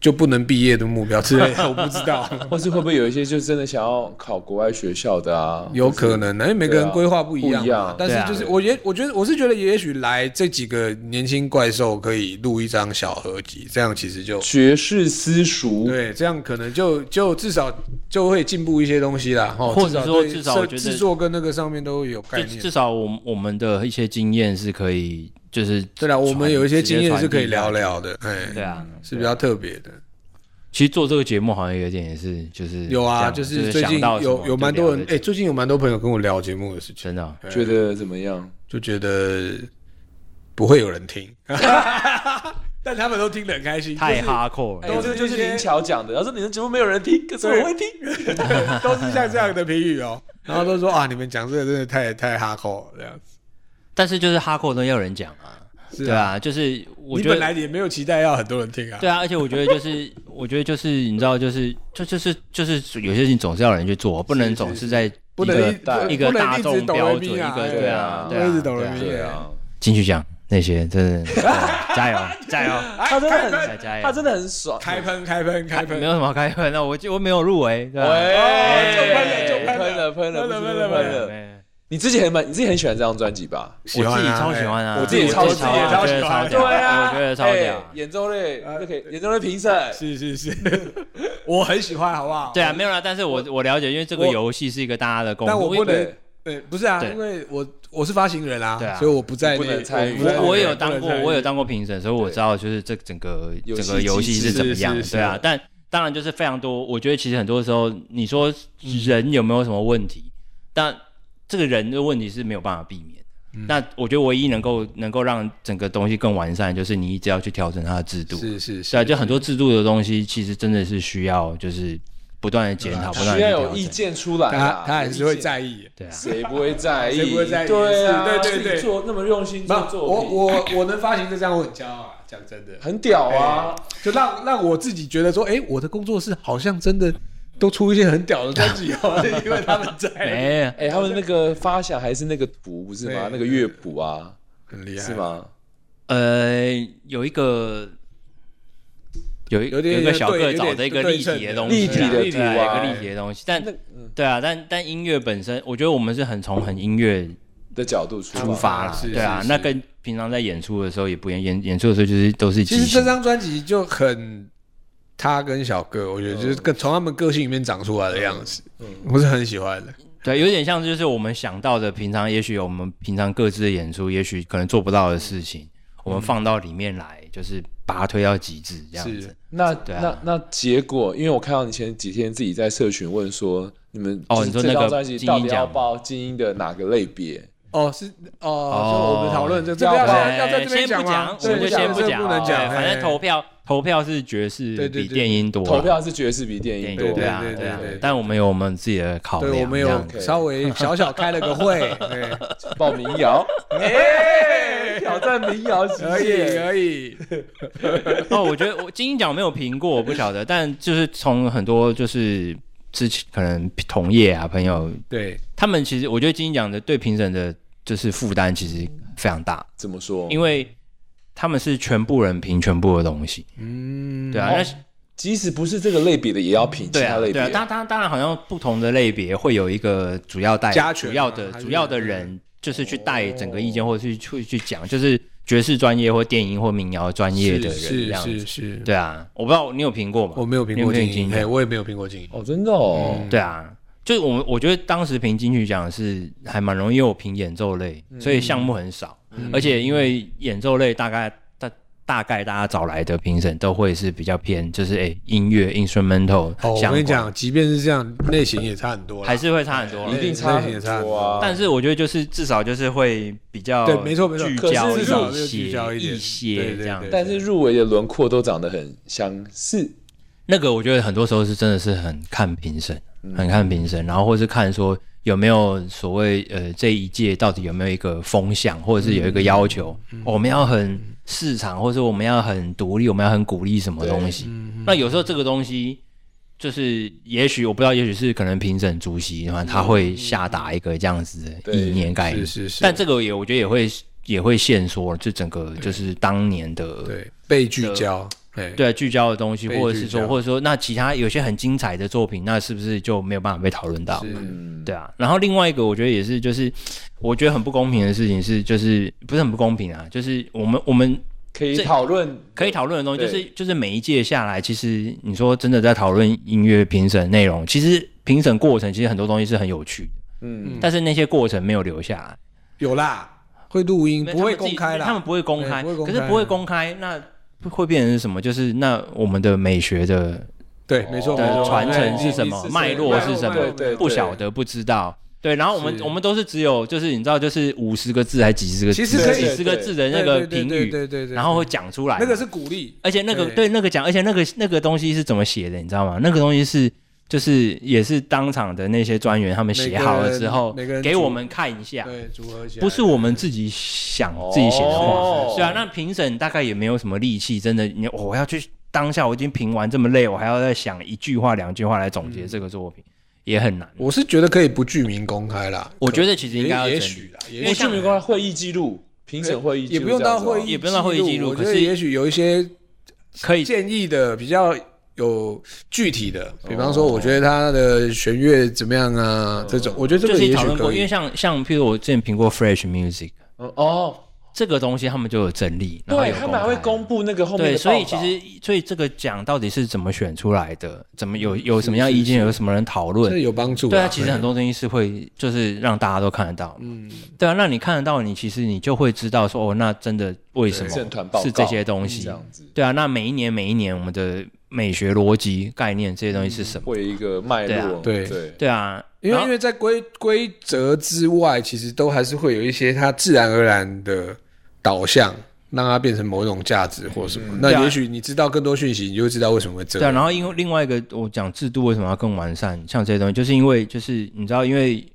[SPEAKER 1] 就不能毕业的目标之
[SPEAKER 2] [LAUGHS]
[SPEAKER 1] 类的，我不知道，
[SPEAKER 3] 或是会不会有一些就真的想要考国外学校的啊？
[SPEAKER 1] 有可能呢，因为每个人规划不一样
[SPEAKER 3] 不一
[SPEAKER 1] 嘛
[SPEAKER 3] 样。
[SPEAKER 1] 但
[SPEAKER 2] 对
[SPEAKER 1] 是
[SPEAKER 2] 啊
[SPEAKER 1] 就是我也我觉得我是觉得也许来这几个年轻怪兽可以录一张小合集，这样其实就
[SPEAKER 3] 爵士私塾，
[SPEAKER 1] 对，这样可能就就至少就会进步一些东西啦，哦
[SPEAKER 2] 或者说
[SPEAKER 1] 至
[SPEAKER 2] 至少
[SPEAKER 1] 对
[SPEAKER 2] 我
[SPEAKER 1] 制
[SPEAKER 2] 觉得
[SPEAKER 1] 制作跟那个上面都有概
[SPEAKER 2] 就
[SPEAKER 1] 念
[SPEAKER 2] 至。少我们我们的一些经验是可以，就是
[SPEAKER 1] 对啦，我们有一些经验是可以聊聊
[SPEAKER 2] 聊。
[SPEAKER 1] 的，哎，
[SPEAKER 2] 啊对啊，
[SPEAKER 1] 是比较特别的。
[SPEAKER 2] 其实做这个节目好像有点也是，就是
[SPEAKER 1] 有啊，
[SPEAKER 2] 这
[SPEAKER 1] 就
[SPEAKER 2] 样
[SPEAKER 1] 是最近
[SPEAKER 2] 想到什么
[SPEAKER 1] 有有蛮
[SPEAKER 2] 就聊
[SPEAKER 1] 多人，
[SPEAKER 2] 这
[SPEAKER 1] 哎，最近有蛮多朋友跟我聊节目的事情，
[SPEAKER 2] 真的啊
[SPEAKER 3] 觉得怎么样？
[SPEAKER 1] 就觉得不会有人听， [LAUGHS] 但他们都听得很开心，
[SPEAKER 2] 太
[SPEAKER 1] 就是
[SPEAKER 2] hardcore 了。
[SPEAKER 1] 都
[SPEAKER 3] 这
[SPEAKER 1] 是
[SPEAKER 3] 就是
[SPEAKER 1] 这些
[SPEAKER 3] 林乔讲的，他说你的节目没有人听，可是
[SPEAKER 1] 对
[SPEAKER 3] 我会听。
[SPEAKER 1] 都是 [LAUGHS] 像这样的评语哦，然后都说啊，你们讲这个真的太太哈扣这样子。
[SPEAKER 2] 但是就是 hardcore 都要有人讲啊，
[SPEAKER 1] 是
[SPEAKER 2] 对，啊，就是我
[SPEAKER 1] 你
[SPEAKER 2] 觉得
[SPEAKER 1] 本来也没有期待要很多人听啊。
[SPEAKER 2] 对啊，而且我觉得就是， [LAUGHS] 我觉得就是，你知道，就是，就就是就是有些事情总是要有人去做，不能总是在
[SPEAKER 1] 不能
[SPEAKER 2] 一
[SPEAKER 1] 一
[SPEAKER 2] 个
[SPEAKER 3] 大
[SPEAKER 2] 一个
[SPEAKER 1] 不能
[SPEAKER 2] 大
[SPEAKER 1] 直
[SPEAKER 2] 众
[SPEAKER 1] 抖
[SPEAKER 2] 标
[SPEAKER 1] 人
[SPEAKER 2] 准，
[SPEAKER 1] 民
[SPEAKER 2] 一
[SPEAKER 1] 啊
[SPEAKER 2] 个
[SPEAKER 1] 哎
[SPEAKER 2] 对啊，
[SPEAKER 1] 不
[SPEAKER 2] 对
[SPEAKER 1] 能一
[SPEAKER 2] 啊，
[SPEAKER 1] 直抖
[SPEAKER 2] 对
[SPEAKER 1] 人
[SPEAKER 2] 啊
[SPEAKER 1] 民
[SPEAKER 3] 对
[SPEAKER 1] 耶
[SPEAKER 3] 啊，
[SPEAKER 2] 金曲奖那些真的对
[SPEAKER 1] [LAUGHS]
[SPEAKER 2] 啊加油加油，
[SPEAKER 3] 他真的
[SPEAKER 1] 哎开
[SPEAKER 3] 很，
[SPEAKER 1] 喷
[SPEAKER 2] 加油
[SPEAKER 3] 他真的很爽。
[SPEAKER 1] 开喷开喷开
[SPEAKER 2] 没
[SPEAKER 1] 喷，
[SPEAKER 2] 有什么好开喷的，我就我没有入围，对
[SPEAKER 3] 喂，
[SPEAKER 2] 吧？
[SPEAKER 1] 哦就喷了就喷了
[SPEAKER 3] 喷了，喷了，
[SPEAKER 1] 喷了
[SPEAKER 3] 不是
[SPEAKER 1] 喷了
[SPEAKER 2] 对
[SPEAKER 1] 喷
[SPEAKER 3] 喷了。
[SPEAKER 2] 没
[SPEAKER 3] 你之前蛮，你之前很喜欢这张专辑吧？
[SPEAKER 1] 喜欢啊
[SPEAKER 2] 我自己超喜欢
[SPEAKER 1] 哎
[SPEAKER 2] 啊，
[SPEAKER 1] 我
[SPEAKER 3] 自己超
[SPEAKER 2] 我
[SPEAKER 3] 我自己也
[SPEAKER 1] 超
[SPEAKER 2] 我觉得
[SPEAKER 1] 喜欢
[SPEAKER 2] 超屌
[SPEAKER 3] 啊，
[SPEAKER 2] 我觉得超屌
[SPEAKER 3] 哎。演奏类，那可以
[SPEAKER 1] 呃
[SPEAKER 3] 演奏类评审，
[SPEAKER 1] 是是是， [LAUGHS] 我很喜欢，好不好？
[SPEAKER 2] 对啊，没有啦，但是我我了解，因为这个
[SPEAKER 1] 我
[SPEAKER 2] 游戏是一个大家的共
[SPEAKER 1] 但我
[SPEAKER 2] 同，
[SPEAKER 1] 不能
[SPEAKER 3] 对
[SPEAKER 1] 对，不是啊，
[SPEAKER 2] 对
[SPEAKER 1] 因为我我是发行人啊
[SPEAKER 2] 对，啊
[SPEAKER 1] 所以我不在
[SPEAKER 3] 不能
[SPEAKER 1] 那
[SPEAKER 3] 参与
[SPEAKER 1] 不在
[SPEAKER 2] 我我也
[SPEAKER 1] 不
[SPEAKER 2] 有
[SPEAKER 1] 能
[SPEAKER 2] 当过，
[SPEAKER 1] 参与
[SPEAKER 2] 我有当过评审，所以我知道就是这整个
[SPEAKER 3] 游戏
[SPEAKER 2] 整个游戏是怎么样，
[SPEAKER 1] 机制
[SPEAKER 2] 对
[SPEAKER 1] 是
[SPEAKER 2] 啊
[SPEAKER 1] 是。
[SPEAKER 2] 但当然就是非常多，我觉得其实很多时候你说人有没有什么问题，但这个人的问题是没有办法避免的。
[SPEAKER 1] 嗯
[SPEAKER 2] 那我觉得唯一能够能够让整个东西更完善，就是你一直要去调整它的制度。
[SPEAKER 1] 是是是
[SPEAKER 2] 对啊，就很多制度的东西，其实真的是需要就是不断的检讨，不断
[SPEAKER 3] 需
[SPEAKER 2] 的
[SPEAKER 3] 要
[SPEAKER 2] 调
[SPEAKER 3] 有
[SPEAKER 2] 整。
[SPEAKER 3] 意见出来
[SPEAKER 1] 他
[SPEAKER 3] 啊。
[SPEAKER 1] 他还是会在
[SPEAKER 3] 意，
[SPEAKER 1] 意。
[SPEAKER 2] 对啊，
[SPEAKER 3] 谁不会在意？
[SPEAKER 1] 谁不会在意
[SPEAKER 3] 对啊，
[SPEAKER 1] 是对对对
[SPEAKER 3] 自己做那么用心
[SPEAKER 1] 不
[SPEAKER 3] 做，作
[SPEAKER 1] 我
[SPEAKER 3] 品，
[SPEAKER 1] 我我能发行这张，我很骄傲啊！讲真的，
[SPEAKER 3] 很屌啊！
[SPEAKER 1] 就让让我自己觉得说，哎、我的工作室好像真的都出一些很屌的专辑
[SPEAKER 3] [LAUGHS]
[SPEAKER 1] 哦，因为他们在，
[SPEAKER 2] 没
[SPEAKER 3] 哎，他们那个发想还是那个图不是
[SPEAKER 1] 对
[SPEAKER 3] 吗？那个乐谱啊，
[SPEAKER 1] 很厉害
[SPEAKER 3] 是？吗？
[SPEAKER 2] 呃，有一个有一
[SPEAKER 1] 有点
[SPEAKER 2] 一个小
[SPEAKER 1] 对有
[SPEAKER 2] 个
[SPEAKER 1] 点
[SPEAKER 2] 找的一个
[SPEAKER 1] 对
[SPEAKER 2] 立
[SPEAKER 1] 称
[SPEAKER 2] 体
[SPEAKER 1] 的
[SPEAKER 2] 的东西啊，
[SPEAKER 3] 立体的
[SPEAKER 2] 对啊
[SPEAKER 3] 图
[SPEAKER 2] 有
[SPEAKER 3] 啊
[SPEAKER 2] 一个立体的东西。但
[SPEAKER 3] 那嗯
[SPEAKER 2] 对啊，但但音乐本身，我觉得我们是很从很音乐
[SPEAKER 3] 的角度出
[SPEAKER 2] 出
[SPEAKER 3] 发，
[SPEAKER 2] 发啦
[SPEAKER 1] 是，
[SPEAKER 2] 对啊
[SPEAKER 1] 是，
[SPEAKER 2] 那
[SPEAKER 1] 是
[SPEAKER 2] 跟平常在演出的时候也不一样，演演出的时候就是都是
[SPEAKER 1] 其
[SPEAKER 2] 即
[SPEAKER 1] 实这
[SPEAKER 2] 兴。
[SPEAKER 1] 张专辑就很他跟小哥，我觉得
[SPEAKER 3] 哦
[SPEAKER 1] 就是跟从他们个性里面长出来的样子，
[SPEAKER 3] 嗯
[SPEAKER 1] 我是很喜欢的。
[SPEAKER 2] 对，有点像就是我们想到的，平常也许我们平常各自的演出，也许可能做不到的事
[SPEAKER 1] 嗯
[SPEAKER 2] 情，我们放到里面来，就是把它推到极致这样
[SPEAKER 1] 是
[SPEAKER 2] 子。
[SPEAKER 3] 那
[SPEAKER 2] 对啊
[SPEAKER 3] 那那结果，因为我看到你前几天自己在社群问说，你们
[SPEAKER 2] 哦
[SPEAKER 3] 就是
[SPEAKER 2] 你说
[SPEAKER 3] 这
[SPEAKER 2] 那
[SPEAKER 3] 张
[SPEAKER 2] 个
[SPEAKER 3] 专辑
[SPEAKER 2] 精英
[SPEAKER 3] 到底
[SPEAKER 2] 奖
[SPEAKER 3] 要
[SPEAKER 2] 吗
[SPEAKER 3] 报精英的哪个类别？
[SPEAKER 1] 哦，是哦，就我们讨论这这
[SPEAKER 3] 要
[SPEAKER 1] 个要
[SPEAKER 3] 不
[SPEAKER 1] 在
[SPEAKER 3] 然
[SPEAKER 1] 要在这
[SPEAKER 2] 先
[SPEAKER 1] 边
[SPEAKER 2] 不
[SPEAKER 1] 吗？
[SPEAKER 2] 讲，我
[SPEAKER 1] 对
[SPEAKER 2] 们就先
[SPEAKER 1] 这个
[SPEAKER 2] 讲，啊
[SPEAKER 1] 不能
[SPEAKER 2] 对
[SPEAKER 1] 讲，
[SPEAKER 2] 反正
[SPEAKER 1] 嘿
[SPEAKER 2] 投票投票是爵士
[SPEAKER 1] 对对
[SPEAKER 2] 比
[SPEAKER 1] 对
[SPEAKER 2] 电音多啊，
[SPEAKER 3] 投票是爵士比
[SPEAKER 2] 电
[SPEAKER 3] 电影
[SPEAKER 2] 影
[SPEAKER 3] 多
[SPEAKER 2] 多，
[SPEAKER 1] 对
[SPEAKER 2] 对啊
[SPEAKER 1] 对对
[SPEAKER 2] 对啊
[SPEAKER 1] 对对。
[SPEAKER 2] 但我们有我们自己的考量，
[SPEAKER 1] 对，我们
[SPEAKER 2] 这样
[SPEAKER 1] 有
[SPEAKER 3] 可以
[SPEAKER 1] 稍微
[SPEAKER 2] [LAUGHS]
[SPEAKER 1] 小小开了个会，对，
[SPEAKER 3] 报民
[SPEAKER 1] [LAUGHS]
[SPEAKER 3] 谣，哎，挑战民谣极
[SPEAKER 1] 可以
[SPEAKER 3] 限，
[SPEAKER 1] 可以，
[SPEAKER 2] 哦，我觉得我金鹰奖没有评过，我不晓得，但就是从很多就是之前可能同业啊朋友，
[SPEAKER 1] 对，
[SPEAKER 2] 他们其实我觉得金鹰奖的对评审的就是负担其实非常大，
[SPEAKER 3] 怎么说？
[SPEAKER 1] 嗯
[SPEAKER 2] 因为他们是全部人评全部的东西，
[SPEAKER 1] 嗯，
[SPEAKER 2] 对啊，
[SPEAKER 3] 哦
[SPEAKER 2] 那是
[SPEAKER 3] 即使不是这个类别的，也要评其
[SPEAKER 2] 对
[SPEAKER 3] 他
[SPEAKER 2] 啊
[SPEAKER 3] 类
[SPEAKER 2] 对啊，
[SPEAKER 3] 别。
[SPEAKER 2] 当当当然好像不同的类别会有一个主要带
[SPEAKER 1] 加权
[SPEAKER 2] 主要
[SPEAKER 1] 啊
[SPEAKER 2] 的
[SPEAKER 1] 还是
[SPEAKER 2] 主要的人。就是去带整个意见，或者去去去讲，就是爵士专业或电音或民谣专业的人这
[SPEAKER 1] 是
[SPEAKER 2] 样
[SPEAKER 1] 是
[SPEAKER 2] 子。
[SPEAKER 1] 是，
[SPEAKER 2] 对啊，我不知道你有评过吗？
[SPEAKER 1] 我没有评
[SPEAKER 2] 你
[SPEAKER 1] 过
[SPEAKER 2] 评
[SPEAKER 1] 金
[SPEAKER 2] 金
[SPEAKER 1] 鹰，
[SPEAKER 2] 鹰
[SPEAKER 1] 嘿我也没有评过金鹰，
[SPEAKER 3] 哦，真的哦，
[SPEAKER 1] 嗯
[SPEAKER 2] 对啊，就是我们我觉得当时评金曲奖是还蛮容易，因为我评演奏类，
[SPEAKER 1] 嗯
[SPEAKER 2] 所以项目很少，而且因为演奏类大概大大概大家找来的评审都会是比较偏就是诶音乐 instrumental
[SPEAKER 1] 哦，
[SPEAKER 2] 相
[SPEAKER 1] 我
[SPEAKER 2] 关，
[SPEAKER 1] 跟你讲，即便是这样，类型也差很多啦，
[SPEAKER 2] 还是会差很多啦
[SPEAKER 3] 一定差很多啊。
[SPEAKER 2] 但是我觉得就是至少就是会比较
[SPEAKER 1] 对没错没错
[SPEAKER 2] 聚
[SPEAKER 1] 可
[SPEAKER 3] 是
[SPEAKER 2] 焦
[SPEAKER 3] 至
[SPEAKER 1] 少
[SPEAKER 2] 一
[SPEAKER 1] 就聚焦一
[SPEAKER 2] 些
[SPEAKER 1] 点对
[SPEAKER 2] 些
[SPEAKER 1] 对
[SPEAKER 2] 这样
[SPEAKER 1] 对。
[SPEAKER 3] 但是入围的轮廓都长得很相似，
[SPEAKER 2] 那个我觉得很多时候是真的是很看评审，
[SPEAKER 1] 嗯
[SPEAKER 2] 很看评审，然后或是看说有没有所谓呃这一届到底有没有一个风向，或者是有一个要求，
[SPEAKER 1] 嗯
[SPEAKER 2] 哦我们要很市场，或者是我们要很独立，我们要很鼓励什么东
[SPEAKER 1] 嗯
[SPEAKER 2] 西。那有时候这个东西就是，也许我不知道，也许是可能评审主席的话，他会下达一个这样子的
[SPEAKER 3] 对
[SPEAKER 2] 意念概念
[SPEAKER 1] 是，是是，
[SPEAKER 2] 但这个也我觉得也会也会限缩这整个就是当年的
[SPEAKER 1] 对被聚焦，对
[SPEAKER 2] 对聚焦的东西，
[SPEAKER 1] 被
[SPEAKER 2] 或者是
[SPEAKER 1] 聚焦
[SPEAKER 2] 说，或者说那其他有些很精彩的作品，那是不是就没有办法被讨论到？
[SPEAKER 1] 是
[SPEAKER 3] 嗯，
[SPEAKER 2] 对啊。然后另外一个我觉得也是，就是我觉得很不公平的事情是，就是不是很不公平啊，就是我们我们
[SPEAKER 3] 可以
[SPEAKER 2] 这
[SPEAKER 3] 讨论，
[SPEAKER 2] 可以讨论的东西，
[SPEAKER 3] 对
[SPEAKER 2] 就是就是每一届下来，其实你说真的在讨论音乐评审内容，其实评审过程其实很多东西是很有趣的，
[SPEAKER 3] 嗯，
[SPEAKER 2] 但是那些过程没有留下来。
[SPEAKER 1] 有啦，会录音，
[SPEAKER 2] 没
[SPEAKER 1] 不会公开啦，
[SPEAKER 2] 他们自己他们不会公开，
[SPEAKER 1] 对不会公
[SPEAKER 2] 可
[SPEAKER 1] 开
[SPEAKER 2] 是不会公开，那会变成是什么？就是那我们的美学的
[SPEAKER 1] 对，没错，
[SPEAKER 3] 哦
[SPEAKER 1] 没
[SPEAKER 2] 的
[SPEAKER 1] 错
[SPEAKER 2] 传承
[SPEAKER 1] 对
[SPEAKER 2] 是什么
[SPEAKER 3] 哦，
[SPEAKER 2] 脉络是什
[SPEAKER 1] 脉络
[SPEAKER 2] 么
[SPEAKER 1] 脉，络
[SPEAKER 2] 不晓得不知道。对，然后我们
[SPEAKER 1] 是
[SPEAKER 2] 我们都是只有就是你知道就是五十个字还几十个
[SPEAKER 1] 其
[SPEAKER 2] 字，
[SPEAKER 1] 实
[SPEAKER 3] 可以
[SPEAKER 2] 几十个字的那个
[SPEAKER 1] 对对
[SPEAKER 2] 评
[SPEAKER 1] 对对
[SPEAKER 2] 语，
[SPEAKER 1] 对对对，
[SPEAKER 2] 然后会讲出来。
[SPEAKER 1] 那个是，鼓励，
[SPEAKER 2] 而且那个
[SPEAKER 1] 对
[SPEAKER 2] 对那个讲，而且那个那个东西是怎么写的，你知道吗？那个东西是。就是也是当场的那些专员他们写好了之后
[SPEAKER 1] 每个人每个人，
[SPEAKER 2] 给
[SPEAKER 1] 组
[SPEAKER 2] 我们看一下，
[SPEAKER 1] 对，组合起来
[SPEAKER 2] 啊不是我们自己想自己写的
[SPEAKER 3] 哦
[SPEAKER 2] 话，对啊，那评审大概也没有什么力气，真的，你哦我要去当下我已经评完这么累，我还要再想一句话两句话来总
[SPEAKER 1] 嗯
[SPEAKER 2] 结这个作品，也很难。
[SPEAKER 1] 我是觉得可以不具名公开啦，
[SPEAKER 2] 我觉得其实应该要
[SPEAKER 1] 也也
[SPEAKER 2] 整理
[SPEAKER 1] 许啦，
[SPEAKER 2] 因
[SPEAKER 1] 也
[SPEAKER 2] 为
[SPEAKER 1] 许
[SPEAKER 2] 像
[SPEAKER 3] 不是没关系会议记录，评审会议记
[SPEAKER 1] 也
[SPEAKER 3] 录
[SPEAKER 1] 不用
[SPEAKER 3] 这样
[SPEAKER 1] 到
[SPEAKER 3] 子哦
[SPEAKER 1] 会议，
[SPEAKER 2] 也不用到会议记录
[SPEAKER 1] 我觉
[SPEAKER 2] 可
[SPEAKER 1] 得
[SPEAKER 2] 是
[SPEAKER 1] 也许有一些
[SPEAKER 2] 可以
[SPEAKER 1] 建议的比较有具体的，
[SPEAKER 2] 哦
[SPEAKER 1] 比方说，我觉得他的弦乐怎么样啊？这种，我觉得这
[SPEAKER 2] 就
[SPEAKER 1] 个
[SPEAKER 2] 是
[SPEAKER 1] 也
[SPEAKER 2] 讨
[SPEAKER 1] 许
[SPEAKER 2] 论
[SPEAKER 1] 可
[SPEAKER 2] 过，因为
[SPEAKER 1] 以。
[SPEAKER 2] 像像譬如我之前评过 Fresh Music
[SPEAKER 3] 嗯哦，
[SPEAKER 2] 这个东西，他们就有整理，然后
[SPEAKER 3] 对
[SPEAKER 2] 有
[SPEAKER 3] 他们还会
[SPEAKER 2] 开
[SPEAKER 3] 公布那个后面
[SPEAKER 2] 对，
[SPEAKER 3] 的
[SPEAKER 2] 所以
[SPEAKER 3] 报
[SPEAKER 2] 其
[SPEAKER 3] 道
[SPEAKER 2] 实所以这个奖到底是怎么选出来的？怎么
[SPEAKER 3] 嗯
[SPEAKER 2] 有有什么样意见？有什么人讨论
[SPEAKER 1] 这？有帮助啦。
[SPEAKER 2] 对啊，其实很多东西是会，就是让大家都看得到。嗯，对啊，那你看得到，你其实你就会知道说，哦，那真的为什么
[SPEAKER 3] 对政团报告嗯
[SPEAKER 2] 是这些东西
[SPEAKER 3] 这？样子
[SPEAKER 2] 对啊，那每一年每一年我们的美学逻辑概念这些东西是什么？
[SPEAKER 3] 会有一个脉络，
[SPEAKER 1] 对啊
[SPEAKER 3] 对，
[SPEAKER 2] 对啊，
[SPEAKER 1] 因
[SPEAKER 2] 然
[SPEAKER 1] 为
[SPEAKER 2] 后
[SPEAKER 1] 因为在规规则之外，其实都还是会有一些它自然而然的导向，让它变成某种价值或什么。
[SPEAKER 2] 对
[SPEAKER 1] 那
[SPEAKER 2] 啊
[SPEAKER 1] 也许你知道更多讯息，你就会知道为什么会这
[SPEAKER 2] 对啊，
[SPEAKER 1] 样。
[SPEAKER 2] 然后因为另外一个我讲制度为什么要更完善，像这些东西，就是因为就是你知道，因为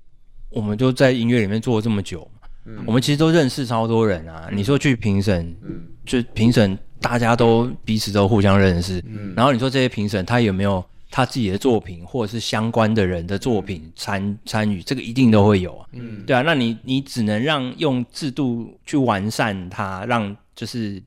[SPEAKER 2] 我们就在音乐里面做了这么久嘛，我们其实都认识超多人啊。你说去评审，就评审大家都彼此都互相认识，然后你说这些评审他有没有他自己的作品或者是相关的人的作品参参与，这个一定都会有啊。嗯，对啊，那你你只能让用制度去完善它，让就是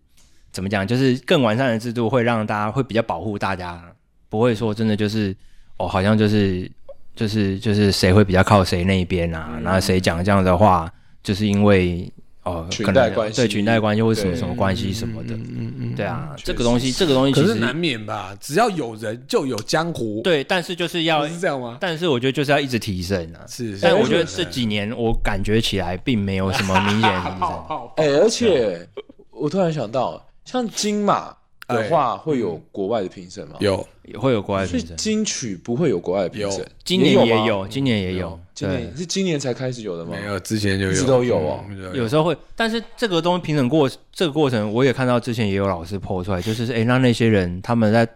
[SPEAKER 2] 怎么讲，就是更完善的制度会让大家会比较保护大家，不会说真的就是哦，好像就是就是就是谁会比较靠谁那一边啊，然后谁讲这样的话，就是因为哦，
[SPEAKER 3] 裙
[SPEAKER 2] 可
[SPEAKER 3] 带
[SPEAKER 2] 能
[SPEAKER 3] 关系
[SPEAKER 2] 对裙带关系或者什么
[SPEAKER 3] 对
[SPEAKER 2] 什么关系什么的，
[SPEAKER 1] 嗯嗯
[SPEAKER 2] 对啊，
[SPEAKER 3] 确
[SPEAKER 2] 这个东西这个东西
[SPEAKER 1] 可
[SPEAKER 2] 其
[SPEAKER 1] 是
[SPEAKER 2] 实
[SPEAKER 1] 难免吧，只要有人就有江湖，
[SPEAKER 2] 对，但是就是要
[SPEAKER 1] 不，是这样吗？
[SPEAKER 2] 但是我觉得就是要一直提升啊。
[SPEAKER 1] 嗯是，
[SPEAKER 2] 但
[SPEAKER 1] 是
[SPEAKER 2] 我觉得这几年我感觉起来并没有什么明显的提升
[SPEAKER 1] 好
[SPEAKER 3] 哎，而且我突然想到，像金马，的话，会有国外的评审吗？
[SPEAKER 1] 有
[SPEAKER 2] 也会有国外
[SPEAKER 3] 所以
[SPEAKER 2] 评审，
[SPEAKER 3] 金曲不会有国外的评审
[SPEAKER 1] 有，
[SPEAKER 2] 今年
[SPEAKER 3] 也
[SPEAKER 2] 也
[SPEAKER 3] 有吗，
[SPEAKER 2] 有，今年也有，
[SPEAKER 3] 今年是今年才开始有的吗？
[SPEAKER 1] 没有之前就有，
[SPEAKER 3] 一直都有哦
[SPEAKER 1] 嗯
[SPEAKER 2] 对有时候会，但是这个东西评审过这个过程，我也看到之前也有老师剖出来，就是哎、诶让那些人他们在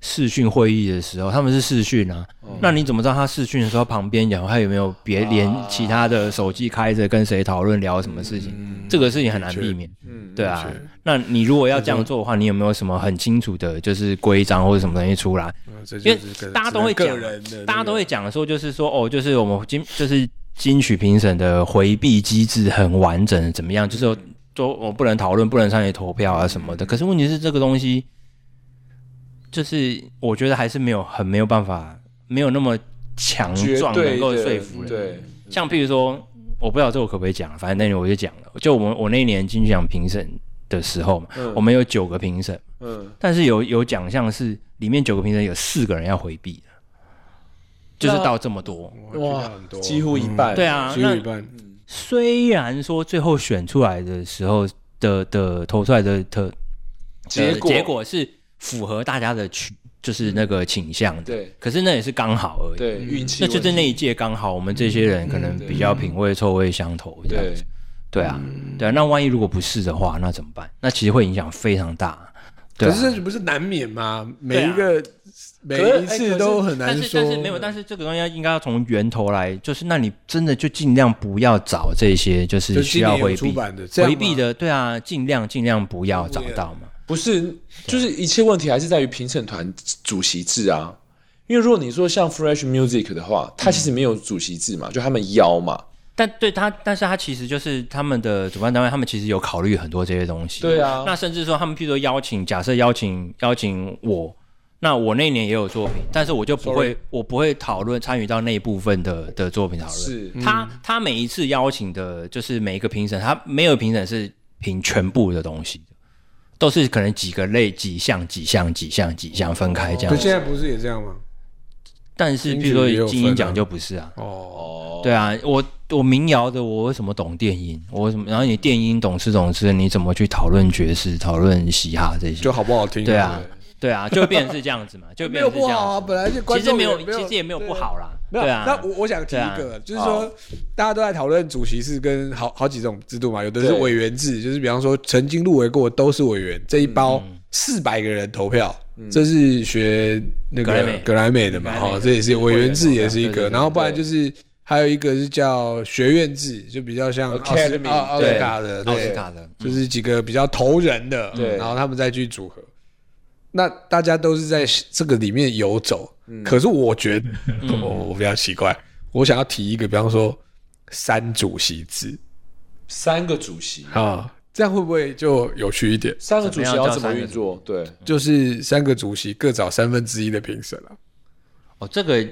[SPEAKER 2] 视讯会议的时候，他们是视讯啊，那你怎么知道他视讯的时候旁边然后他有没有别连其他的手机开着跟谁讨论聊什么事情？这个事情很难避免，
[SPEAKER 3] 嗯，
[SPEAKER 2] 对啊。那你如果要这样做的话，你有没有什么很清楚的，就是规章或者什么东西出来？
[SPEAKER 1] 嗯这
[SPEAKER 2] 因为
[SPEAKER 1] 就是个
[SPEAKER 2] 大家都会
[SPEAKER 1] 只能
[SPEAKER 2] 讲
[SPEAKER 1] 个人的那个，
[SPEAKER 2] 大家都会讲说，就是说哦，就是我们金就是金曲评审的回避机制很完整，怎么样？就是
[SPEAKER 1] 嗯
[SPEAKER 2] 说都我不能讨论，不能上去投票啊什么的。可是问题是，这个东西就是我觉得还是没有很没有办法，没有那么强
[SPEAKER 3] 绝
[SPEAKER 2] 壮
[SPEAKER 3] 对
[SPEAKER 2] 能够
[SPEAKER 3] 的
[SPEAKER 2] 说服人。
[SPEAKER 3] 对，
[SPEAKER 2] 像譬如说，我不知道这我可不可以讲，啊反正那年我就讲了，就我们我那一年金曲奖评审的时候嘛，
[SPEAKER 3] 嗯
[SPEAKER 2] 我们有九个评审，
[SPEAKER 3] 嗯，
[SPEAKER 2] 但是有有奖项是里面九个评审有四个人要回避的，就是
[SPEAKER 3] 那
[SPEAKER 2] 到这么多。
[SPEAKER 1] 哇
[SPEAKER 3] 哇，，几
[SPEAKER 1] 几
[SPEAKER 3] 乎一半，
[SPEAKER 2] 对啊
[SPEAKER 1] 嗯几乎
[SPEAKER 2] 那
[SPEAKER 1] 一半，
[SPEAKER 2] 虽然说最后选出来的时候的的投出来的的
[SPEAKER 3] 结
[SPEAKER 2] 的
[SPEAKER 3] 果
[SPEAKER 2] 结果是符合大家的取，就是那个倾向的，
[SPEAKER 3] 对
[SPEAKER 2] 可是那也是刚好而已。
[SPEAKER 3] 对，运气
[SPEAKER 2] 那
[SPEAKER 3] 问题，
[SPEAKER 2] 就是那一届刚好，我们这些人可能
[SPEAKER 3] 对
[SPEAKER 2] 比较品味臭味相投这样
[SPEAKER 3] 对嗯
[SPEAKER 2] 子。对啊，对啊。那万一如果不是的话，那怎么办？那其实会影响非常大。对
[SPEAKER 1] 可
[SPEAKER 2] 啊
[SPEAKER 1] 是这不是难免吗？每
[SPEAKER 2] 对啊
[SPEAKER 1] 一个每
[SPEAKER 3] 可是
[SPEAKER 1] 一
[SPEAKER 3] 哎可
[SPEAKER 1] 次
[SPEAKER 3] 是
[SPEAKER 1] 都很
[SPEAKER 2] 但
[SPEAKER 1] 难
[SPEAKER 2] 是
[SPEAKER 1] 说，
[SPEAKER 2] 但是没有，但是这个东西要应该要从源头来，就是那你真的就尽量不要找这些，就
[SPEAKER 1] 就是
[SPEAKER 2] 需
[SPEAKER 1] 今
[SPEAKER 2] 要
[SPEAKER 1] 年有
[SPEAKER 2] 回
[SPEAKER 1] 出
[SPEAKER 2] 避
[SPEAKER 1] 版的这样
[SPEAKER 2] 回
[SPEAKER 1] 吗啊
[SPEAKER 2] 避的，对啊，尽量尽量不要找到嘛。
[SPEAKER 3] 不是，就是一切问题还是在于评审团主席制啊。因为如果你说像 Fresh Music 的话，它其实没有主席制嘛，就他们邀嘛，
[SPEAKER 2] 但对他，但是他其实就是他们的主办单位，他们其实有考虑很多这些东西。
[SPEAKER 3] 对啊
[SPEAKER 2] 那甚至说他们譬如说邀请，假设邀请邀请我，那我那一年也有作品，但是我就不会我不会讨论参与到那一部分的的嗯作品讨论。
[SPEAKER 3] 是
[SPEAKER 2] 他他每一次邀请的，就是每一个评审，他没有评审是评全部的东西的，都是可能几个类、几项、几项、几项、几项分开这样
[SPEAKER 1] 可
[SPEAKER 2] 子。
[SPEAKER 1] 现在不是也这样吗？
[SPEAKER 2] 但是
[SPEAKER 1] 金
[SPEAKER 2] 譬
[SPEAKER 1] 曲也
[SPEAKER 2] 如
[SPEAKER 1] 有
[SPEAKER 2] 说金鹰
[SPEAKER 1] 分啊
[SPEAKER 2] 奖就不是啊，
[SPEAKER 1] 哦，
[SPEAKER 3] 哦，
[SPEAKER 2] 对啊，我我民谣的，我为什么懂电音？我为什么？然后你电音懂吃懂吃，你怎么去讨论爵士、讨论嘻哈这些
[SPEAKER 1] 就？好不好听？
[SPEAKER 2] 对啊，对啊，就变成是这样
[SPEAKER 1] [LAUGHS]
[SPEAKER 2] 子嘛，就
[SPEAKER 1] 没
[SPEAKER 2] 变
[SPEAKER 1] 有
[SPEAKER 2] 成是
[SPEAKER 1] 不
[SPEAKER 2] 这
[SPEAKER 1] 好啊，
[SPEAKER 2] 样子。
[SPEAKER 1] 本来就观
[SPEAKER 2] 其实
[SPEAKER 1] 众
[SPEAKER 2] 没
[SPEAKER 1] 有
[SPEAKER 2] 有，其实也没有不。好啦，
[SPEAKER 1] 对没
[SPEAKER 2] 对
[SPEAKER 1] 有
[SPEAKER 2] 啊。哦
[SPEAKER 1] 那我我想提一个，就是说，大家都在讨论主席制跟好好几种制度嘛，有的是
[SPEAKER 3] 对
[SPEAKER 1] 委员制，就是比方说曾经入围过都是委员，这一包
[SPEAKER 2] 嗯
[SPEAKER 1] 四百个人投票，这是学那
[SPEAKER 2] 格莱
[SPEAKER 1] 个
[SPEAKER 2] 美
[SPEAKER 1] 格莱美的嘛，
[SPEAKER 2] 格莱美
[SPEAKER 1] 哈，
[SPEAKER 2] 的
[SPEAKER 1] 这也是委员制
[SPEAKER 2] 委员投票
[SPEAKER 1] 也是一
[SPEAKER 2] 对
[SPEAKER 1] 个，
[SPEAKER 2] 对对
[SPEAKER 1] 然后不然就是还有一个是叫学院制，就比较像奥斯
[SPEAKER 3] Academy，
[SPEAKER 1] 奥奥斯
[SPEAKER 2] 对
[SPEAKER 1] 卡的
[SPEAKER 2] 奥
[SPEAKER 1] 对
[SPEAKER 2] 斯卡的，
[SPEAKER 1] 就是几个比较头人的，
[SPEAKER 3] 对
[SPEAKER 1] 然后他们再去组合。那大家都是在这个里面游走，可是我觉得、我我比较奇怪，我想要提一个，比方说三主席制
[SPEAKER 3] 三个主席，
[SPEAKER 1] 啊，这样会不会就有趣一点？
[SPEAKER 3] 三个主席要
[SPEAKER 2] 怎么样叫
[SPEAKER 3] 怎么
[SPEAKER 2] 三个
[SPEAKER 3] 运作？对，
[SPEAKER 1] 就是三个主席各找三分之一的评审啊。
[SPEAKER 2] 哦，这个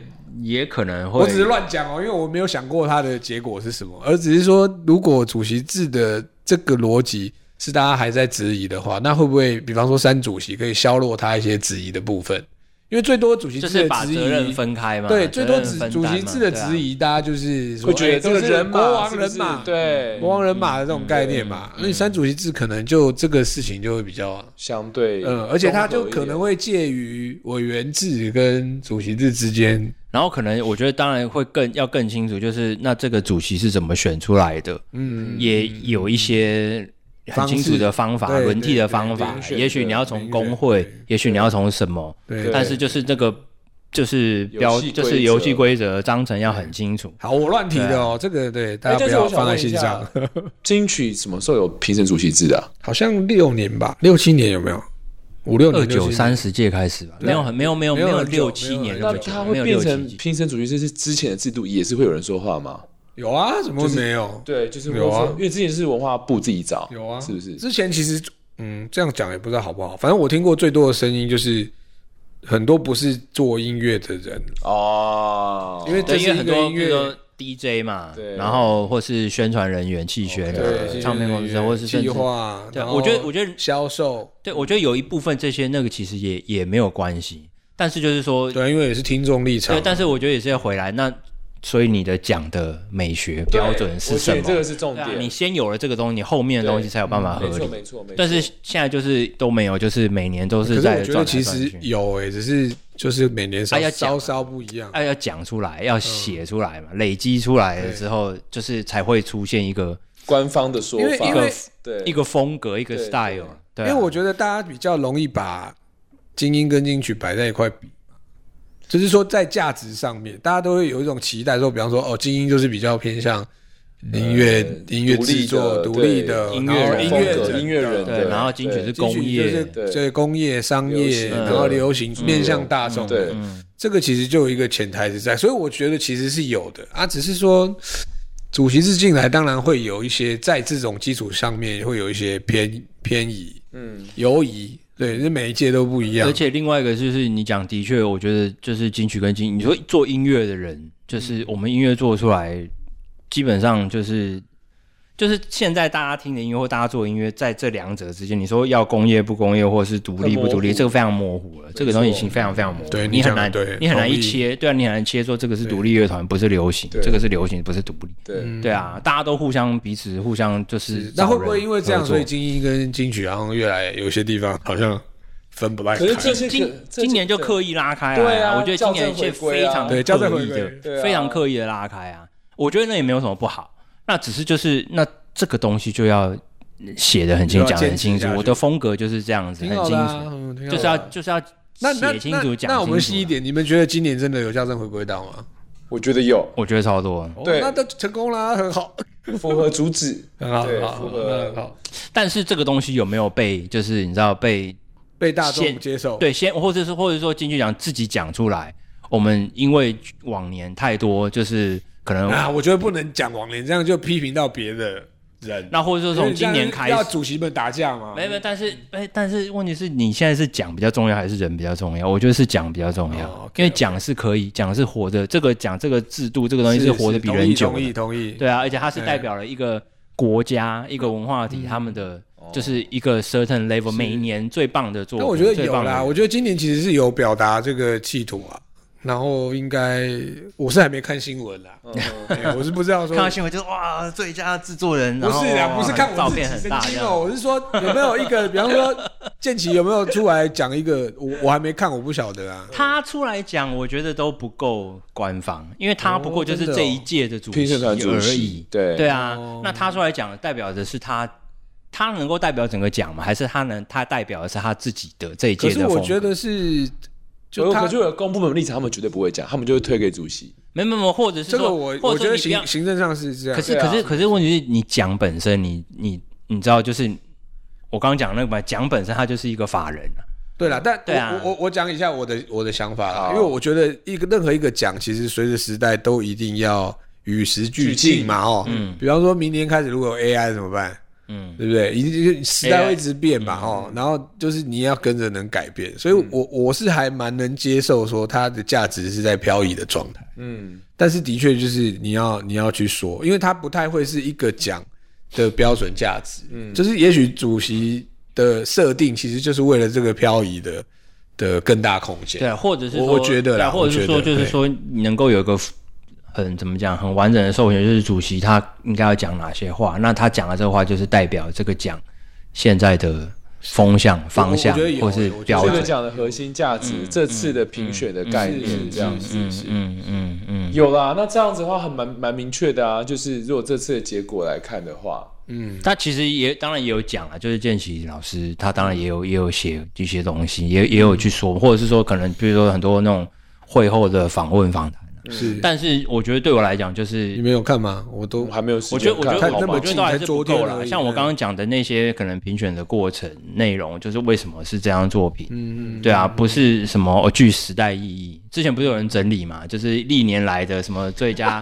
[SPEAKER 2] 也可能会，
[SPEAKER 1] 我只是乱讲哦，因为我没有想过它的结果是什么，而只是说，如果主席制的这个逻辑是大家还在质疑的话，那会不会，比方说三主席可以削弱他一些质疑的部分？因为最多主席
[SPEAKER 2] 就
[SPEAKER 1] 制
[SPEAKER 2] 是
[SPEAKER 1] 的
[SPEAKER 2] 把
[SPEAKER 1] 质
[SPEAKER 2] 责任
[SPEAKER 1] 疑，
[SPEAKER 2] 分开嘛。
[SPEAKER 1] 对，最多
[SPEAKER 2] 责任
[SPEAKER 1] 主
[SPEAKER 2] 分担
[SPEAKER 1] 主
[SPEAKER 2] 嘛
[SPEAKER 1] 席制的
[SPEAKER 2] 对啊
[SPEAKER 1] 质疑，大家就是说
[SPEAKER 3] 会觉得
[SPEAKER 1] 哎
[SPEAKER 3] 这个
[SPEAKER 1] 是
[SPEAKER 3] 人
[SPEAKER 1] 国
[SPEAKER 3] 嘛，
[SPEAKER 1] 王
[SPEAKER 3] 是不
[SPEAKER 1] 人
[SPEAKER 3] 是
[SPEAKER 1] 马，，
[SPEAKER 3] 对，
[SPEAKER 1] 国王人马的这种概念嘛。那你三主席制可能就这个事情就会比较。
[SPEAKER 3] 相对，
[SPEAKER 1] 嗯，而且它就可能
[SPEAKER 3] 会，
[SPEAKER 1] 会介于委员制跟主席制之间，
[SPEAKER 2] 然后可能我觉得当然会更要更清楚，就是那这个主席是怎么选出来的，嗯，也有一些很清楚的方法，
[SPEAKER 1] 方式
[SPEAKER 2] 轮替的方
[SPEAKER 1] 对
[SPEAKER 2] 法
[SPEAKER 1] 对对，对
[SPEAKER 2] 也许你要
[SPEAKER 1] 对
[SPEAKER 2] 从
[SPEAKER 1] 对
[SPEAKER 2] 工会
[SPEAKER 1] 对，
[SPEAKER 2] 也许你要从什么，
[SPEAKER 1] 对，
[SPEAKER 3] 对
[SPEAKER 2] 但是就是这个就是标
[SPEAKER 3] 游戏规则
[SPEAKER 2] 就是游戏规则章程要很清楚。
[SPEAKER 1] 好，我乱提的
[SPEAKER 3] 啊
[SPEAKER 1] 哦，这个对大家不
[SPEAKER 3] 但是哎我
[SPEAKER 1] 要
[SPEAKER 3] 想
[SPEAKER 1] 放在
[SPEAKER 3] 问一
[SPEAKER 1] 心上
[SPEAKER 3] 下。，金曲什么时候有评审主席制的啊？
[SPEAKER 1] [LAUGHS] 好像六年吧，六七年有没有？五六
[SPEAKER 2] 二
[SPEAKER 1] 年、
[SPEAKER 2] 九
[SPEAKER 1] 六
[SPEAKER 2] 三十届开始吧，没有很没有没有
[SPEAKER 1] 啊没
[SPEAKER 2] 没
[SPEAKER 1] 有
[SPEAKER 2] 有
[SPEAKER 1] 很久
[SPEAKER 2] 六七年
[SPEAKER 1] 没有
[SPEAKER 2] 那
[SPEAKER 1] 很
[SPEAKER 2] 么
[SPEAKER 3] 那
[SPEAKER 2] 久
[SPEAKER 3] 它，
[SPEAKER 2] 没
[SPEAKER 3] 会
[SPEAKER 2] 有
[SPEAKER 3] 变
[SPEAKER 2] 六七
[SPEAKER 3] 成
[SPEAKER 2] 年。
[SPEAKER 3] 评审主席制是之前的制度，也是会有人说话吗？
[SPEAKER 1] 七年有啊，怎么会没有？
[SPEAKER 3] 对，就是
[SPEAKER 1] 有啊
[SPEAKER 3] 会说因为之前是文化部自己找，
[SPEAKER 1] 有啊，
[SPEAKER 3] 是不是？
[SPEAKER 1] 之前其实，嗯，这样讲也不知道好不好。反正我听过最多的声音就是很多不是做音乐的人，
[SPEAKER 3] 哦，
[SPEAKER 1] 因为这
[SPEAKER 2] 对，因
[SPEAKER 1] 是
[SPEAKER 2] 为
[SPEAKER 1] 一
[SPEAKER 2] 很
[SPEAKER 1] 个
[SPEAKER 2] 多
[SPEAKER 1] 音
[SPEAKER 2] 比如
[SPEAKER 1] 乐
[SPEAKER 2] 说 DJ 嘛
[SPEAKER 3] 对，
[SPEAKER 2] 然后或是宣传人员、气宣
[SPEAKER 1] 哦对
[SPEAKER 2] 人、呃唱片公司，或是甚
[SPEAKER 1] 计
[SPEAKER 2] 至
[SPEAKER 1] 划。
[SPEAKER 2] 对
[SPEAKER 1] 然
[SPEAKER 2] 啊，
[SPEAKER 1] 后
[SPEAKER 2] 我觉得我觉得
[SPEAKER 1] 销售，
[SPEAKER 2] 对，我觉得有一部分这些那个其实也也没有关系，但是就是说，
[SPEAKER 1] 对啊，因为也是听众立场
[SPEAKER 2] 对，。但是我觉得也是要回来。那所以你的讲的美学
[SPEAKER 3] 对
[SPEAKER 2] 标准是
[SPEAKER 3] 我觉
[SPEAKER 2] 什
[SPEAKER 3] 得
[SPEAKER 2] 么？
[SPEAKER 3] 这个是重
[SPEAKER 2] 对啊
[SPEAKER 3] 点，
[SPEAKER 2] 你先有了这个东西，你后面的东西才有办法合
[SPEAKER 3] 没错
[SPEAKER 2] 理。
[SPEAKER 3] 没错没错。
[SPEAKER 2] 但是现在就是都没有，就是每年都
[SPEAKER 1] 可是
[SPEAKER 2] 在
[SPEAKER 1] 我觉
[SPEAKER 2] 转
[SPEAKER 1] 得
[SPEAKER 2] 来
[SPEAKER 1] 其
[SPEAKER 2] 转
[SPEAKER 1] 实
[SPEAKER 2] 去
[SPEAKER 1] 有欸诶、只是就是每年稍
[SPEAKER 2] 哎要讲
[SPEAKER 1] 稍稍不一样。
[SPEAKER 2] 哎，要讲出来，要写出来嘛，累积出来了之后，就是才会出现一个
[SPEAKER 3] 官方的说
[SPEAKER 1] 因为
[SPEAKER 3] 法，
[SPEAKER 1] 因为
[SPEAKER 3] 对
[SPEAKER 2] 一个风格，一个
[SPEAKER 3] 对
[SPEAKER 2] style。对啊，
[SPEAKER 1] 因为我觉得大家比较容易把精英跟金曲摆在一块比嘛，就是说在价值上面，大家都会有一种期待，说比方说哦，精英就是比较偏向音乐、音乐
[SPEAKER 3] 独立
[SPEAKER 1] 制作、
[SPEAKER 3] 的
[SPEAKER 1] 独立
[SPEAKER 3] 对
[SPEAKER 1] 的，
[SPEAKER 2] 音
[SPEAKER 1] 然
[SPEAKER 2] 乐
[SPEAKER 1] 后
[SPEAKER 2] 人
[SPEAKER 1] 音
[SPEAKER 2] 风
[SPEAKER 1] 乐
[SPEAKER 2] 格
[SPEAKER 1] 人
[SPEAKER 3] 音乐人
[SPEAKER 2] 对，
[SPEAKER 3] 对
[SPEAKER 2] 然后金曲是
[SPEAKER 1] 金
[SPEAKER 2] 工
[SPEAKER 1] 曲就是
[SPEAKER 2] 业，
[SPEAKER 3] 对
[SPEAKER 1] 这工业、商
[SPEAKER 3] 流
[SPEAKER 1] 业，
[SPEAKER 3] 行
[SPEAKER 1] 然后流行嗯面向大众，
[SPEAKER 3] 对
[SPEAKER 2] 嗯
[SPEAKER 1] 这个其实就有一个潜台词在，所以我觉得其实是有的啊，只是说主席制进来，当然会有一些在这种基础上面会有一些偏偏移、
[SPEAKER 3] 嗯
[SPEAKER 1] 犹疑，对，这每一届都不一样
[SPEAKER 2] 而。且另外一个就是你讲，的确，我觉得就是金曲跟金，你说做音乐的人，就是我们音乐做出来，基本上就是就是现在大家听的音乐或大家做的音乐，在这两者之间，你说要工业不工业，或是独立不独立，
[SPEAKER 3] 很模糊
[SPEAKER 2] 这个非常模糊了，这个东西已经非常非常模糊，
[SPEAKER 1] 对你
[SPEAKER 2] 你很
[SPEAKER 1] 讲得
[SPEAKER 2] 难
[SPEAKER 1] 对
[SPEAKER 2] 你很难
[SPEAKER 1] 同意
[SPEAKER 2] 一切，对啊，你很难切说这个是独立乐团，不是流行，
[SPEAKER 3] 对
[SPEAKER 2] 这个是流行，不是独立。
[SPEAKER 3] 对，
[SPEAKER 2] 对啊，大家都互相彼此互相就是
[SPEAKER 1] 嗯那
[SPEAKER 2] 找人
[SPEAKER 1] 会
[SPEAKER 2] 合作，
[SPEAKER 1] 不会因为这样，所以精英跟金曲好像越来有些地方好像分不太开
[SPEAKER 2] 哎
[SPEAKER 3] 可？是这些
[SPEAKER 2] 今
[SPEAKER 3] 可这
[SPEAKER 2] 今年就
[SPEAKER 3] 这
[SPEAKER 2] 刻意拉开
[SPEAKER 3] 对啊
[SPEAKER 2] 我觉得今年
[SPEAKER 3] 校正
[SPEAKER 2] 现
[SPEAKER 3] 回
[SPEAKER 2] 在
[SPEAKER 3] 归
[SPEAKER 2] 非
[SPEAKER 3] 啊
[SPEAKER 2] 常
[SPEAKER 1] 对校正
[SPEAKER 2] 刻
[SPEAKER 1] 回
[SPEAKER 2] 意的
[SPEAKER 1] 归、
[SPEAKER 3] 对啊
[SPEAKER 2] 非常刻意的拉开啊。我觉得那也没有什么不好，那只是就是那这个东西就要写的很清
[SPEAKER 1] 就
[SPEAKER 2] 楚，
[SPEAKER 1] 要
[SPEAKER 2] 讲得
[SPEAKER 1] 坚持
[SPEAKER 2] 很清楚
[SPEAKER 1] 下。去
[SPEAKER 2] 我的风格就是这样子，
[SPEAKER 1] 挺
[SPEAKER 2] 很
[SPEAKER 1] 好
[SPEAKER 2] 清
[SPEAKER 1] 的啊，
[SPEAKER 2] 楚，
[SPEAKER 1] 嗯挺好的
[SPEAKER 2] 就是要就是要
[SPEAKER 1] 那那
[SPEAKER 2] 写清
[SPEAKER 1] 那
[SPEAKER 2] 楚、讲清楚。啊
[SPEAKER 1] 那我们细一，点，你们觉得今年真的有校正回归到吗？
[SPEAKER 3] 我觉得有
[SPEAKER 2] 我觉得超多。
[SPEAKER 3] 对
[SPEAKER 1] 哦那都成功啦，很好，
[SPEAKER 3] 符合主旨，
[SPEAKER 1] 很好，
[SPEAKER 3] 对
[SPEAKER 1] 很好，
[SPEAKER 3] 符合
[SPEAKER 1] 很好，
[SPEAKER 2] 但是这个东西有没有被就是你知道被
[SPEAKER 1] 被大众
[SPEAKER 2] 先
[SPEAKER 1] 接受。
[SPEAKER 2] 对，先或者是或者说金曲奖自己讲出来。我们因为往年太多，就是可能、
[SPEAKER 1] 啊，我觉得不能讲往年，这样就批评到别的人。
[SPEAKER 2] 那或者说
[SPEAKER 1] 因为
[SPEAKER 2] 从
[SPEAKER 1] 你这样
[SPEAKER 2] 今年开
[SPEAKER 1] 要
[SPEAKER 2] 始，
[SPEAKER 1] 主席们打架嘛？
[SPEAKER 2] 没有没有，
[SPEAKER 1] 嗯
[SPEAKER 2] 但是哎，但是问题是你现在是讲比较重要还是人比较重要？我觉得是讲比较重要，
[SPEAKER 1] 哦，OK，
[SPEAKER 2] 因为讲是可以，讲是活着，这个讲这个制度这个东西活得比人久
[SPEAKER 1] 同
[SPEAKER 2] 的
[SPEAKER 1] 意同意。同意
[SPEAKER 2] 对啊，而且它是代表了一个国家、一个文化
[SPEAKER 1] 嗯
[SPEAKER 2] 体，他们的就是一个 certain level，每年最棒的作
[SPEAKER 1] 但
[SPEAKER 2] 品，
[SPEAKER 1] 哦我觉得
[SPEAKER 2] 最
[SPEAKER 1] 有
[SPEAKER 2] 棒
[SPEAKER 1] 啦，
[SPEAKER 2] 的
[SPEAKER 1] 我觉得今年其实是有表达这个企图啊，然后应该我是还没看新闻啦， [LAUGHS] 哎我是不知道说
[SPEAKER 2] 哦看到新闻就是哇，最佳制作人，
[SPEAKER 1] 不是
[SPEAKER 2] 然
[SPEAKER 1] 啦，
[SPEAKER 2] 后
[SPEAKER 1] 不是看我
[SPEAKER 2] 照
[SPEAKER 1] 自己
[SPEAKER 2] 片很
[SPEAKER 1] 神
[SPEAKER 2] 大这
[SPEAKER 1] 经
[SPEAKER 2] 样
[SPEAKER 1] 哦，我是说有没有一个， [LAUGHS] 比方说建奇有没有出来讲一个，我我还没看，我不晓得啊。
[SPEAKER 2] 他出来讲，我觉得都不够官方，因为他不过就是这一届的主
[SPEAKER 3] 评
[SPEAKER 2] 席
[SPEAKER 3] 审团主
[SPEAKER 2] 而
[SPEAKER 3] 席
[SPEAKER 2] 已。，
[SPEAKER 3] 对
[SPEAKER 2] 对啊，
[SPEAKER 1] 哦
[SPEAKER 2] 那他出来讲，代表的是他，他能够代表整个奖吗？还是他能他代表的是他自己的这一
[SPEAKER 1] 可
[SPEAKER 2] 届
[SPEAKER 1] 是
[SPEAKER 2] 的风格？
[SPEAKER 1] 我觉得是，就
[SPEAKER 3] 可
[SPEAKER 1] 他
[SPEAKER 3] 就有公部门的立场，他们绝对不会讲，他们就会推给主席。
[SPEAKER 2] 没没没，或者是
[SPEAKER 1] 这
[SPEAKER 2] 说
[SPEAKER 1] 个我
[SPEAKER 2] 或
[SPEAKER 1] 我
[SPEAKER 2] 者
[SPEAKER 1] 觉
[SPEAKER 2] 说
[SPEAKER 1] 得
[SPEAKER 2] 你不要
[SPEAKER 1] 行，行政上是这样
[SPEAKER 2] 可。是
[SPEAKER 3] 对啊
[SPEAKER 2] 可是可是问题是你讲本身，你你你知道，就是我刚刚讲那个嘛，讲本身它就是一个法人啊，
[SPEAKER 1] 对啦，但
[SPEAKER 2] 对啊
[SPEAKER 1] 我我我讲一下我的我的想法啦，
[SPEAKER 3] 好
[SPEAKER 1] 因为我觉得一个任何一个奖，其实随着时代都一定要与时俱进嘛，哦，嗯，比方说明年开始如果有 AI 怎么办？
[SPEAKER 2] 嗯，
[SPEAKER 1] 对不对？一时代
[SPEAKER 2] AI
[SPEAKER 1] 会一直变嘛，哦，然后就是你要跟着能改变，所以我我是还蛮能接受说它的价值是在漂移的状态，
[SPEAKER 3] 嗯，
[SPEAKER 1] 但是的确就是你要你要去说，因为它不太会是一个奖的标准价值，嗯，就是也许主席的设定其实就是为了这个漂移的的更大空间，
[SPEAKER 2] 对啊，或者是
[SPEAKER 1] 我
[SPEAKER 2] 说
[SPEAKER 1] 我觉得啦
[SPEAKER 2] 对啊或者是
[SPEAKER 1] 我觉
[SPEAKER 2] 说
[SPEAKER 1] 得
[SPEAKER 2] 就是
[SPEAKER 1] 对
[SPEAKER 2] 说你能够有一个很怎么讲很完整的授权，就是主席他应该要讲哪些话，那他讲的这个话就是代表这个奖现在的风向方向
[SPEAKER 1] 我觉得有欸
[SPEAKER 2] 或是
[SPEAKER 1] 我觉得
[SPEAKER 2] 标
[SPEAKER 3] 这
[SPEAKER 2] 准
[SPEAKER 3] 个，讲的核心价值，这次的评选的概念这样子。
[SPEAKER 2] 嗯嗯嗯嗯，
[SPEAKER 3] 有啦，那这样子的话很蛮蛮明确的啊，就是如果这次的结果来看的话，
[SPEAKER 2] 他其实也当然也有讲啊，就是建奇老师他当然
[SPEAKER 1] 嗯
[SPEAKER 2] 也有也有写一些东西，也也有去说，或者是说可能比如说很多那种会后的访问访谈啊，
[SPEAKER 1] 是，
[SPEAKER 2] 但是我觉得对我来讲就是
[SPEAKER 1] 你没有看吗？我
[SPEAKER 3] 我
[SPEAKER 1] 都
[SPEAKER 3] 们还没有时
[SPEAKER 2] 我觉得，
[SPEAKER 3] 间
[SPEAKER 2] 我觉
[SPEAKER 3] 看
[SPEAKER 2] 得
[SPEAKER 1] 好
[SPEAKER 2] 我
[SPEAKER 1] 吧
[SPEAKER 2] 我觉得都还是不够
[SPEAKER 1] 才那么
[SPEAKER 2] 啦。
[SPEAKER 1] 近
[SPEAKER 2] 像我刚刚讲的那些可能评选的过程内容，就是为什么是这样作品，嗯，对啊，不是什么哦具时代意义。之前不是有人整理嘛，就是历年来的什么最佳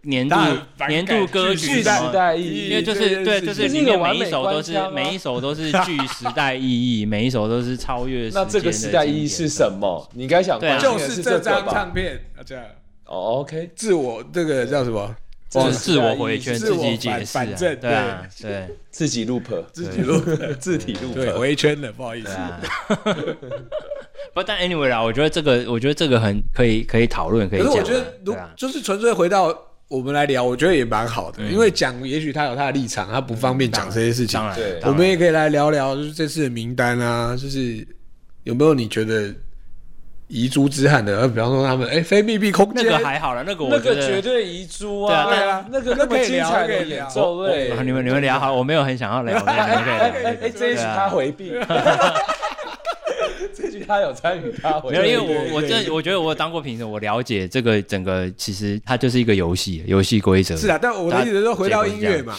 [SPEAKER 2] 年度
[SPEAKER 1] 大家很反感
[SPEAKER 2] 年度歌
[SPEAKER 1] 具
[SPEAKER 2] 曲
[SPEAKER 1] 时
[SPEAKER 2] 什
[SPEAKER 1] 代
[SPEAKER 2] 么。
[SPEAKER 3] 代
[SPEAKER 1] 意义
[SPEAKER 2] 因为就
[SPEAKER 1] 这
[SPEAKER 2] 是
[SPEAKER 1] 件
[SPEAKER 2] 对，
[SPEAKER 1] 事
[SPEAKER 2] 就是
[SPEAKER 1] 情
[SPEAKER 2] 里面
[SPEAKER 3] 这是一
[SPEAKER 2] 每
[SPEAKER 3] 个
[SPEAKER 2] 一首都是
[SPEAKER 3] 完美关腔啊
[SPEAKER 2] 每一首都是具时代意义，每一首都是超越时
[SPEAKER 3] 那
[SPEAKER 2] 间
[SPEAKER 3] 这
[SPEAKER 2] 的
[SPEAKER 3] 个时代意
[SPEAKER 2] 经典
[SPEAKER 3] 义是什么？你应该想
[SPEAKER 2] 对啊
[SPEAKER 3] 关心
[SPEAKER 1] 就
[SPEAKER 3] 的
[SPEAKER 1] 是
[SPEAKER 3] 这
[SPEAKER 1] 这
[SPEAKER 3] 个
[SPEAKER 1] 张
[SPEAKER 3] 吧？
[SPEAKER 1] 唱片，啊这样
[SPEAKER 3] 哦，OK，
[SPEAKER 1] 自我这个叫什么？
[SPEAKER 2] 就是自我回圈、
[SPEAKER 1] 自
[SPEAKER 2] 自
[SPEAKER 1] 我
[SPEAKER 2] 己解释啊
[SPEAKER 1] 反反正，
[SPEAKER 2] 对啊，对
[SPEAKER 3] 自己 loop，
[SPEAKER 1] [LAUGHS]
[SPEAKER 3] [LAUGHS]
[SPEAKER 1] 自己录的。
[SPEAKER 3] 自体 loop，
[SPEAKER 2] 啊
[SPEAKER 1] 对，，回圈了，不好意思
[SPEAKER 2] 对。啊。 [LAUGHS] 不，但 anyway 啦，我觉得这个，我觉得这个很可以，可以讨论，可以
[SPEAKER 1] 可是
[SPEAKER 2] 讲啦。
[SPEAKER 1] 我觉得，如
[SPEAKER 2] 对啊，嗯
[SPEAKER 1] 就是纯粹回到我们来聊，我觉得也蛮好的，因为讲也许他有他的立场，他不方便讲这些事情
[SPEAKER 2] 当。然，
[SPEAKER 3] 对
[SPEAKER 2] 当然
[SPEAKER 1] 我们也可以来聊聊，就是这次的名单啊，就是有没有你觉得遗珠之憾的？呃，比方说他们，哎，非密闭空
[SPEAKER 2] 那
[SPEAKER 1] 间，
[SPEAKER 2] 个还好了，那个我
[SPEAKER 3] 那
[SPEAKER 2] 觉
[SPEAKER 3] 个
[SPEAKER 2] 得
[SPEAKER 3] 绝对遗珠
[SPEAKER 2] 对啊
[SPEAKER 3] 啊，
[SPEAKER 2] 但
[SPEAKER 3] 那个
[SPEAKER 1] 那
[SPEAKER 3] 那
[SPEAKER 1] 可
[SPEAKER 3] 么
[SPEAKER 1] 以
[SPEAKER 3] 精
[SPEAKER 1] 聊
[SPEAKER 3] 彩
[SPEAKER 1] 可以
[SPEAKER 3] 的
[SPEAKER 1] 聊
[SPEAKER 3] 演奏类
[SPEAKER 2] 啊，你们你们聊好，我没有很想要聊，你们可以聊
[SPEAKER 1] [LAUGHS]
[SPEAKER 3] 哎
[SPEAKER 2] 可以聊
[SPEAKER 3] 哎哎，这一局
[SPEAKER 2] 对啊
[SPEAKER 3] 他回避， [LAUGHS] 这一局他有参与，他回
[SPEAKER 2] 没
[SPEAKER 3] 避。
[SPEAKER 2] 有，因为
[SPEAKER 1] 对对
[SPEAKER 2] 我我
[SPEAKER 1] 对
[SPEAKER 2] 这我觉得我当过评审，我了解这个整个，其实它就是一个游戏，游戏规则
[SPEAKER 1] 是啊，但我的意思是说，回到音乐嘛，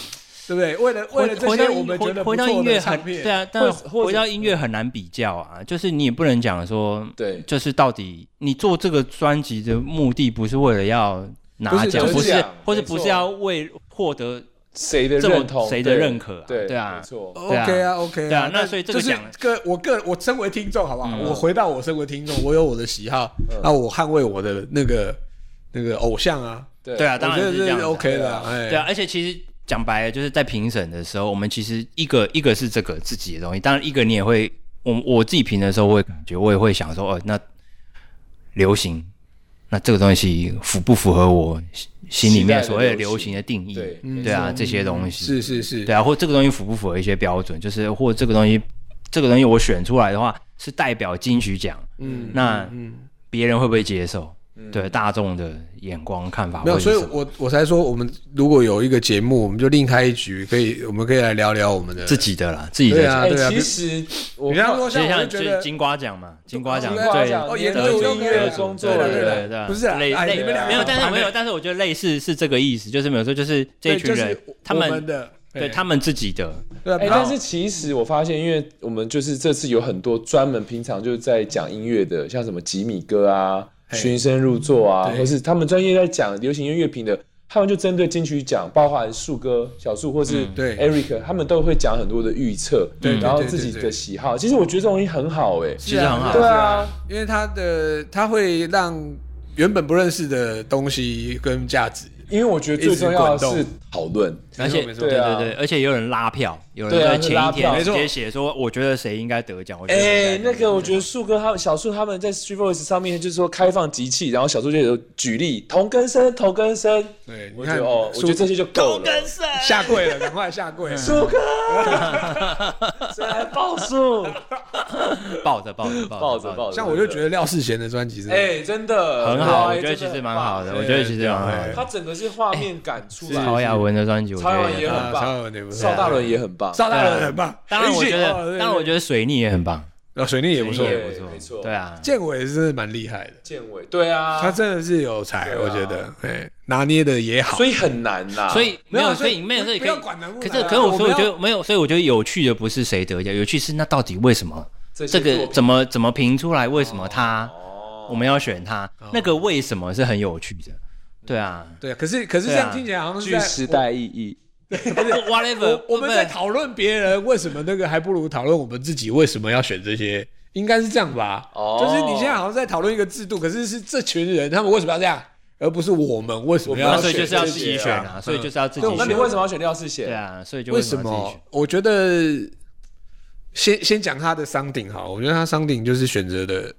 [SPEAKER 1] 对不对？为了为
[SPEAKER 2] 回
[SPEAKER 1] 了这
[SPEAKER 2] 回到
[SPEAKER 1] 些
[SPEAKER 2] 音
[SPEAKER 1] 我们觉
[SPEAKER 2] 回
[SPEAKER 1] 得不
[SPEAKER 2] 回到音
[SPEAKER 1] 错的
[SPEAKER 2] 乐很
[SPEAKER 1] 唱
[SPEAKER 2] 对
[SPEAKER 1] 片，
[SPEAKER 2] 啊，但
[SPEAKER 3] 或者或者
[SPEAKER 2] 回到音乐很难比较啊，就是你也不能讲说，
[SPEAKER 3] 对
[SPEAKER 2] 就是到底你做这个专辑的目的不是为了要拿奖，
[SPEAKER 1] 不
[SPEAKER 2] 不
[SPEAKER 1] 是
[SPEAKER 3] 得
[SPEAKER 2] 是
[SPEAKER 3] 奖，
[SPEAKER 2] 或者
[SPEAKER 3] 没
[SPEAKER 2] 不
[SPEAKER 3] 错
[SPEAKER 2] 是要为获得
[SPEAKER 3] 谁的
[SPEAKER 2] 这么
[SPEAKER 3] 认同，
[SPEAKER 2] 谁的
[SPEAKER 3] 对
[SPEAKER 2] 认可啊
[SPEAKER 3] 对
[SPEAKER 2] 对啊
[SPEAKER 3] 没错，
[SPEAKER 2] 对啊
[SPEAKER 1] OK 啊，OK
[SPEAKER 2] 对啊那
[SPEAKER 1] 那
[SPEAKER 2] 所以这
[SPEAKER 1] 就
[SPEAKER 2] 个
[SPEAKER 1] 是
[SPEAKER 2] 讲
[SPEAKER 1] 个我个我身为听众，好不好？
[SPEAKER 2] 嗯
[SPEAKER 1] 我回到我身为听众，我有我的喜好，
[SPEAKER 3] 嗯
[SPEAKER 1] 那我捍卫我的那个那个偶像啊，
[SPEAKER 3] 对
[SPEAKER 2] 对啊，
[SPEAKER 1] 我
[SPEAKER 2] 当
[SPEAKER 1] 觉
[SPEAKER 2] 然
[SPEAKER 1] 得
[SPEAKER 2] 是这样子啊
[SPEAKER 1] OK 的啊，哎，
[SPEAKER 2] 对啊，而且其实讲白了，就是在评审的时候，我们其实一个一个是这个自己的东西，当然一个你也会，我我自己评的时候，我也感觉我也会想说，哦，那流行，那这个东西符不符合我心心里面所谓的流行的定义？
[SPEAKER 3] 对，
[SPEAKER 1] 嗯
[SPEAKER 3] 没
[SPEAKER 2] 对啊，
[SPEAKER 3] 错
[SPEAKER 2] 这些东西
[SPEAKER 1] 是是是，
[SPEAKER 2] 对啊，或这个东西符不符合一些标准，就是或这个东西，这个东西我选出来的话是代表金曲奖，
[SPEAKER 1] 嗯
[SPEAKER 2] 那
[SPEAKER 1] 嗯。
[SPEAKER 2] 别人会不会接受？对大众的眼光看法
[SPEAKER 1] 没有，
[SPEAKER 2] 会是
[SPEAKER 1] 所以
[SPEAKER 2] 什么
[SPEAKER 1] 我我才说，我们如果有一个节目，我们就另开一局，可以，我们可以来聊聊我们的
[SPEAKER 2] 自。己的啦，自己的
[SPEAKER 1] 对啊
[SPEAKER 3] 哎，
[SPEAKER 1] 对啊
[SPEAKER 3] 其实我
[SPEAKER 1] 你像说，
[SPEAKER 2] 就
[SPEAKER 1] 我
[SPEAKER 2] 像
[SPEAKER 1] 就觉
[SPEAKER 2] 就是
[SPEAKER 1] 得
[SPEAKER 2] 金瓜奖嘛，金瓜奖
[SPEAKER 1] 金
[SPEAKER 2] 对
[SPEAKER 1] 瓜
[SPEAKER 3] 奖
[SPEAKER 1] 哦，
[SPEAKER 3] 对
[SPEAKER 1] 研
[SPEAKER 3] 得
[SPEAKER 1] 究
[SPEAKER 3] 主
[SPEAKER 1] 音乐
[SPEAKER 3] 得主
[SPEAKER 1] 工
[SPEAKER 3] 工
[SPEAKER 1] 作
[SPEAKER 3] 作
[SPEAKER 1] 对
[SPEAKER 3] 了
[SPEAKER 1] 啦
[SPEAKER 2] 对
[SPEAKER 1] 对啦
[SPEAKER 2] 对对，
[SPEAKER 1] 不是啊，
[SPEAKER 2] 类
[SPEAKER 1] 哎，
[SPEAKER 2] 类
[SPEAKER 1] 你们俩
[SPEAKER 2] 没有，
[SPEAKER 1] 啊
[SPEAKER 2] 但是没有，但是我觉得类似是这个意思，就是没有说就是这
[SPEAKER 1] 对
[SPEAKER 2] 一群人
[SPEAKER 1] 就是
[SPEAKER 2] 他
[SPEAKER 1] 我
[SPEAKER 2] 们
[SPEAKER 1] 的哎
[SPEAKER 2] 对他们自己的，
[SPEAKER 1] 对啊，
[SPEAKER 3] 哎、
[SPEAKER 1] 然
[SPEAKER 3] 但
[SPEAKER 1] 后
[SPEAKER 3] 是其实我发现，因为我们就是这次有很多专门平常就是在讲音乐的，像什么吉米哥啊、
[SPEAKER 1] 嘿
[SPEAKER 3] 循声入座啊，
[SPEAKER 1] 对
[SPEAKER 3] 或是他们专业在讲流行音乐乐评的，他们就针对金曲奖，包含树哥、小树或是
[SPEAKER 2] 嗯
[SPEAKER 1] 对
[SPEAKER 3] Eric，他们都会讲很多的预测，
[SPEAKER 1] 对
[SPEAKER 3] 然后
[SPEAKER 1] 对对
[SPEAKER 3] 自己
[SPEAKER 1] 对
[SPEAKER 3] 的喜好。其实我觉得这东西很好哎、
[SPEAKER 2] 其实很好
[SPEAKER 3] 对
[SPEAKER 1] 是
[SPEAKER 3] 啊，
[SPEAKER 1] 因为他的他会让原本不认识的东西跟价值，
[SPEAKER 3] 因为我觉得最重要的
[SPEAKER 1] 一直滚
[SPEAKER 3] 是讨论。
[SPEAKER 2] 而且
[SPEAKER 1] 没错
[SPEAKER 2] 对
[SPEAKER 3] 对啊
[SPEAKER 2] 对，而且也有人拉票，有人
[SPEAKER 3] 对啊
[SPEAKER 2] 在前一
[SPEAKER 3] 拉
[SPEAKER 2] 天
[SPEAKER 3] 票
[SPEAKER 2] 直接
[SPEAKER 1] 没错
[SPEAKER 2] 写说，我觉得谁应该得奖，我觉得谁
[SPEAKER 3] 哎、
[SPEAKER 2] 应该
[SPEAKER 3] 那
[SPEAKER 2] 得奖
[SPEAKER 3] 个我觉得树哥他们小树他们在 Street Voice 上面就是说开放集气，然后小树就有举例同根生同根生，
[SPEAKER 1] 对，你
[SPEAKER 3] 我觉
[SPEAKER 1] 看
[SPEAKER 3] 得哦，我觉得这嗯些就够了。
[SPEAKER 1] 下跪了，赶快下跪，
[SPEAKER 3] 树哥，
[SPEAKER 2] [LAUGHS]
[SPEAKER 3] 谁来报数？
[SPEAKER 2] 抱着抱着
[SPEAKER 3] 抱
[SPEAKER 2] 抱
[SPEAKER 3] 着抱着，
[SPEAKER 1] 像我就觉得廖世贤的专辑是
[SPEAKER 3] 得，哎，真的
[SPEAKER 2] 很好，
[SPEAKER 3] 哇
[SPEAKER 2] 我觉得
[SPEAKER 3] 啊真
[SPEAKER 2] 其
[SPEAKER 3] 的
[SPEAKER 2] 实蛮好的，
[SPEAKER 3] 很
[SPEAKER 2] 我哎
[SPEAKER 3] 棒
[SPEAKER 2] 觉得其实
[SPEAKER 1] 对
[SPEAKER 2] 蛮好
[SPEAKER 1] 对
[SPEAKER 2] 的。
[SPEAKER 3] 他整个是画面感出来，
[SPEAKER 2] 曹雅文的专辑，我觉
[SPEAKER 3] 曹雅
[SPEAKER 2] 得
[SPEAKER 3] 文
[SPEAKER 2] 也
[SPEAKER 3] 也
[SPEAKER 2] 很
[SPEAKER 3] 很
[SPEAKER 1] 啊，
[SPEAKER 3] 棒
[SPEAKER 1] 邵文也不错，
[SPEAKER 3] 邵大伦也很棒，
[SPEAKER 1] 邵大伦很哦棒，
[SPEAKER 2] 嗯当然我
[SPEAKER 1] 哎
[SPEAKER 2] 觉得，当然我
[SPEAKER 1] 得
[SPEAKER 2] 觉得水逆也很棒，
[SPEAKER 1] 呃水逆也不错
[SPEAKER 2] 水，逆
[SPEAKER 3] 对
[SPEAKER 2] 也不
[SPEAKER 3] 没
[SPEAKER 2] 错，
[SPEAKER 3] 错
[SPEAKER 2] 对啊，
[SPEAKER 1] 建伟是真的蛮厉害的。
[SPEAKER 3] 建伟，对啊，
[SPEAKER 1] 他真的是有才，
[SPEAKER 3] 对啊
[SPEAKER 1] 我觉得，哎，拿捏的也好。
[SPEAKER 3] 所以很难呐，
[SPEAKER 2] 所以没有，所以
[SPEAKER 1] 不
[SPEAKER 2] 没有，所以
[SPEAKER 1] 不
[SPEAKER 2] 可以
[SPEAKER 1] 要管能不
[SPEAKER 2] 可
[SPEAKER 1] 能
[SPEAKER 2] 是，
[SPEAKER 1] 啊
[SPEAKER 2] 可是我，所以我
[SPEAKER 1] 不
[SPEAKER 2] 觉
[SPEAKER 1] 要
[SPEAKER 2] 得没有，所以我觉得有趣的不是谁得奖，有趣是那到底为什么
[SPEAKER 3] 这
[SPEAKER 2] 这
[SPEAKER 3] 些
[SPEAKER 2] 个
[SPEAKER 3] 作品
[SPEAKER 2] 怎么怎么评出来？为什么他
[SPEAKER 3] 哦
[SPEAKER 2] 我们要选他？那个为什么是很有趣的，对啊。
[SPEAKER 1] 对，可是可是这
[SPEAKER 2] 对
[SPEAKER 1] 样
[SPEAKER 2] 啊
[SPEAKER 1] 听起来好像是
[SPEAKER 3] 具
[SPEAKER 1] 在
[SPEAKER 3] 时代意义。
[SPEAKER 2] Whatever，
[SPEAKER 1] 我我们在讨论别人为什么那个，还不如讨论我们自己为什么要选这些，应该是这样吧？
[SPEAKER 3] 哦
[SPEAKER 1] 就是你现在好像在讨论一个制度，可是是这群人他们为什么要这样，而不是我们为什么
[SPEAKER 3] 我
[SPEAKER 1] 要
[SPEAKER 2] 那
[SPEAKER 3] 们
[SPEAKER 2] 所以
[SPEAKER 1] 选
[SPEAKER 2] 就是要
[SPEAKER 1] 这
[SPEAKER 2] 自己
[SPEAKER 1] 些
[SPEAKER 2] 选啊，所以就是要自己
[SPEAKER 1] 对我
[SPEAKER 3] 那
[SPEAKER 1] 们
[SPEAKER 3] 你
[SPEAKER 2] 选。
[SPEAKER 3] 为什么要选廖世贤？
[SPEAKER 2] 对啊，所以就
[SPEAKER 1] 嗯为
[SPEAKER 2] 什
[SPEAKER 1] 什
[SPEAKER 2] 么要自己
[SPEAKER 1] 么
[SPEAKER 2] 选？
[SPEAKER 1] 我觉得先先讲他的商顶好，我觉得他商顶就是选择的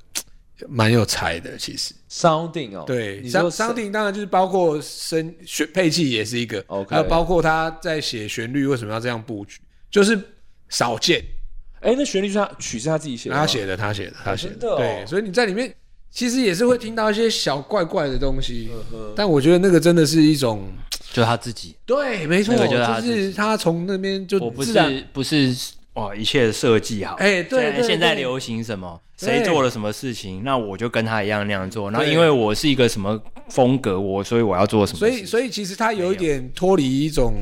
[SPEAKER 1] 蛮有才的，其实。
[SPEAKER 3] ，Sounding 哦，
[SPEAKER 1] 对，
[SPEAKER 3] 你
[SPEAKER 1] 商
[SPEAKER 3] 说
[SPEAKER 1] 商定当然就是包括声选配器也是一个
[SPEAKER 3] OK
[SPEAKER 1] 还有包括他在写旋律为什么要这样布局，就是少见，
[SPEAKER 3] 哎，那旋律是他曲是他自己写的吗，
[SPEAKER 1] 他写的，他啊写的，他写
[SPEAKER 3] 真的哦
[SPEAKER 1] 对，所以你在里面其实也是会听到一些小怪怪的东西，
[SPEAKER 3] 哼
[SPEAKER 1] 但我觉得那个真的是一种，
[SPEAKER 2] 就他自己，
[SPEAKER 1] 对，没错，
[SPEAKER 2] 那个就是他
[SPEAKER 1] 就
[SPEAKER 2] 自己
[SPEAKER 1] 是他从那边就
[SPEAKER 2] 我不
[SPEAKER 1] 自然
[SPEAKER 2] 是不是哇，一切设计好。
[SPEAKER 1] 啊哎对
[SPEAKER 2] 现在
[SPEAKER 1] 对
[SPEAKER 2] 现在
[SPEAKER 1] 对
[SPEAKER 2] 流行什么，
[SPEAKER 1] 对
[SPEAKER 2] 谁做了什么事情，那我就跟他一样那样做。然后
[SPEAKER 1] 对
[SPEAKER 2] 因为我是一个什么风格，我所以我要做什么
[SPEAKER 1] 所
[SPEAKER 2] 事情。
[SPEAKER 1] 以，所以其实它有一点脱离一种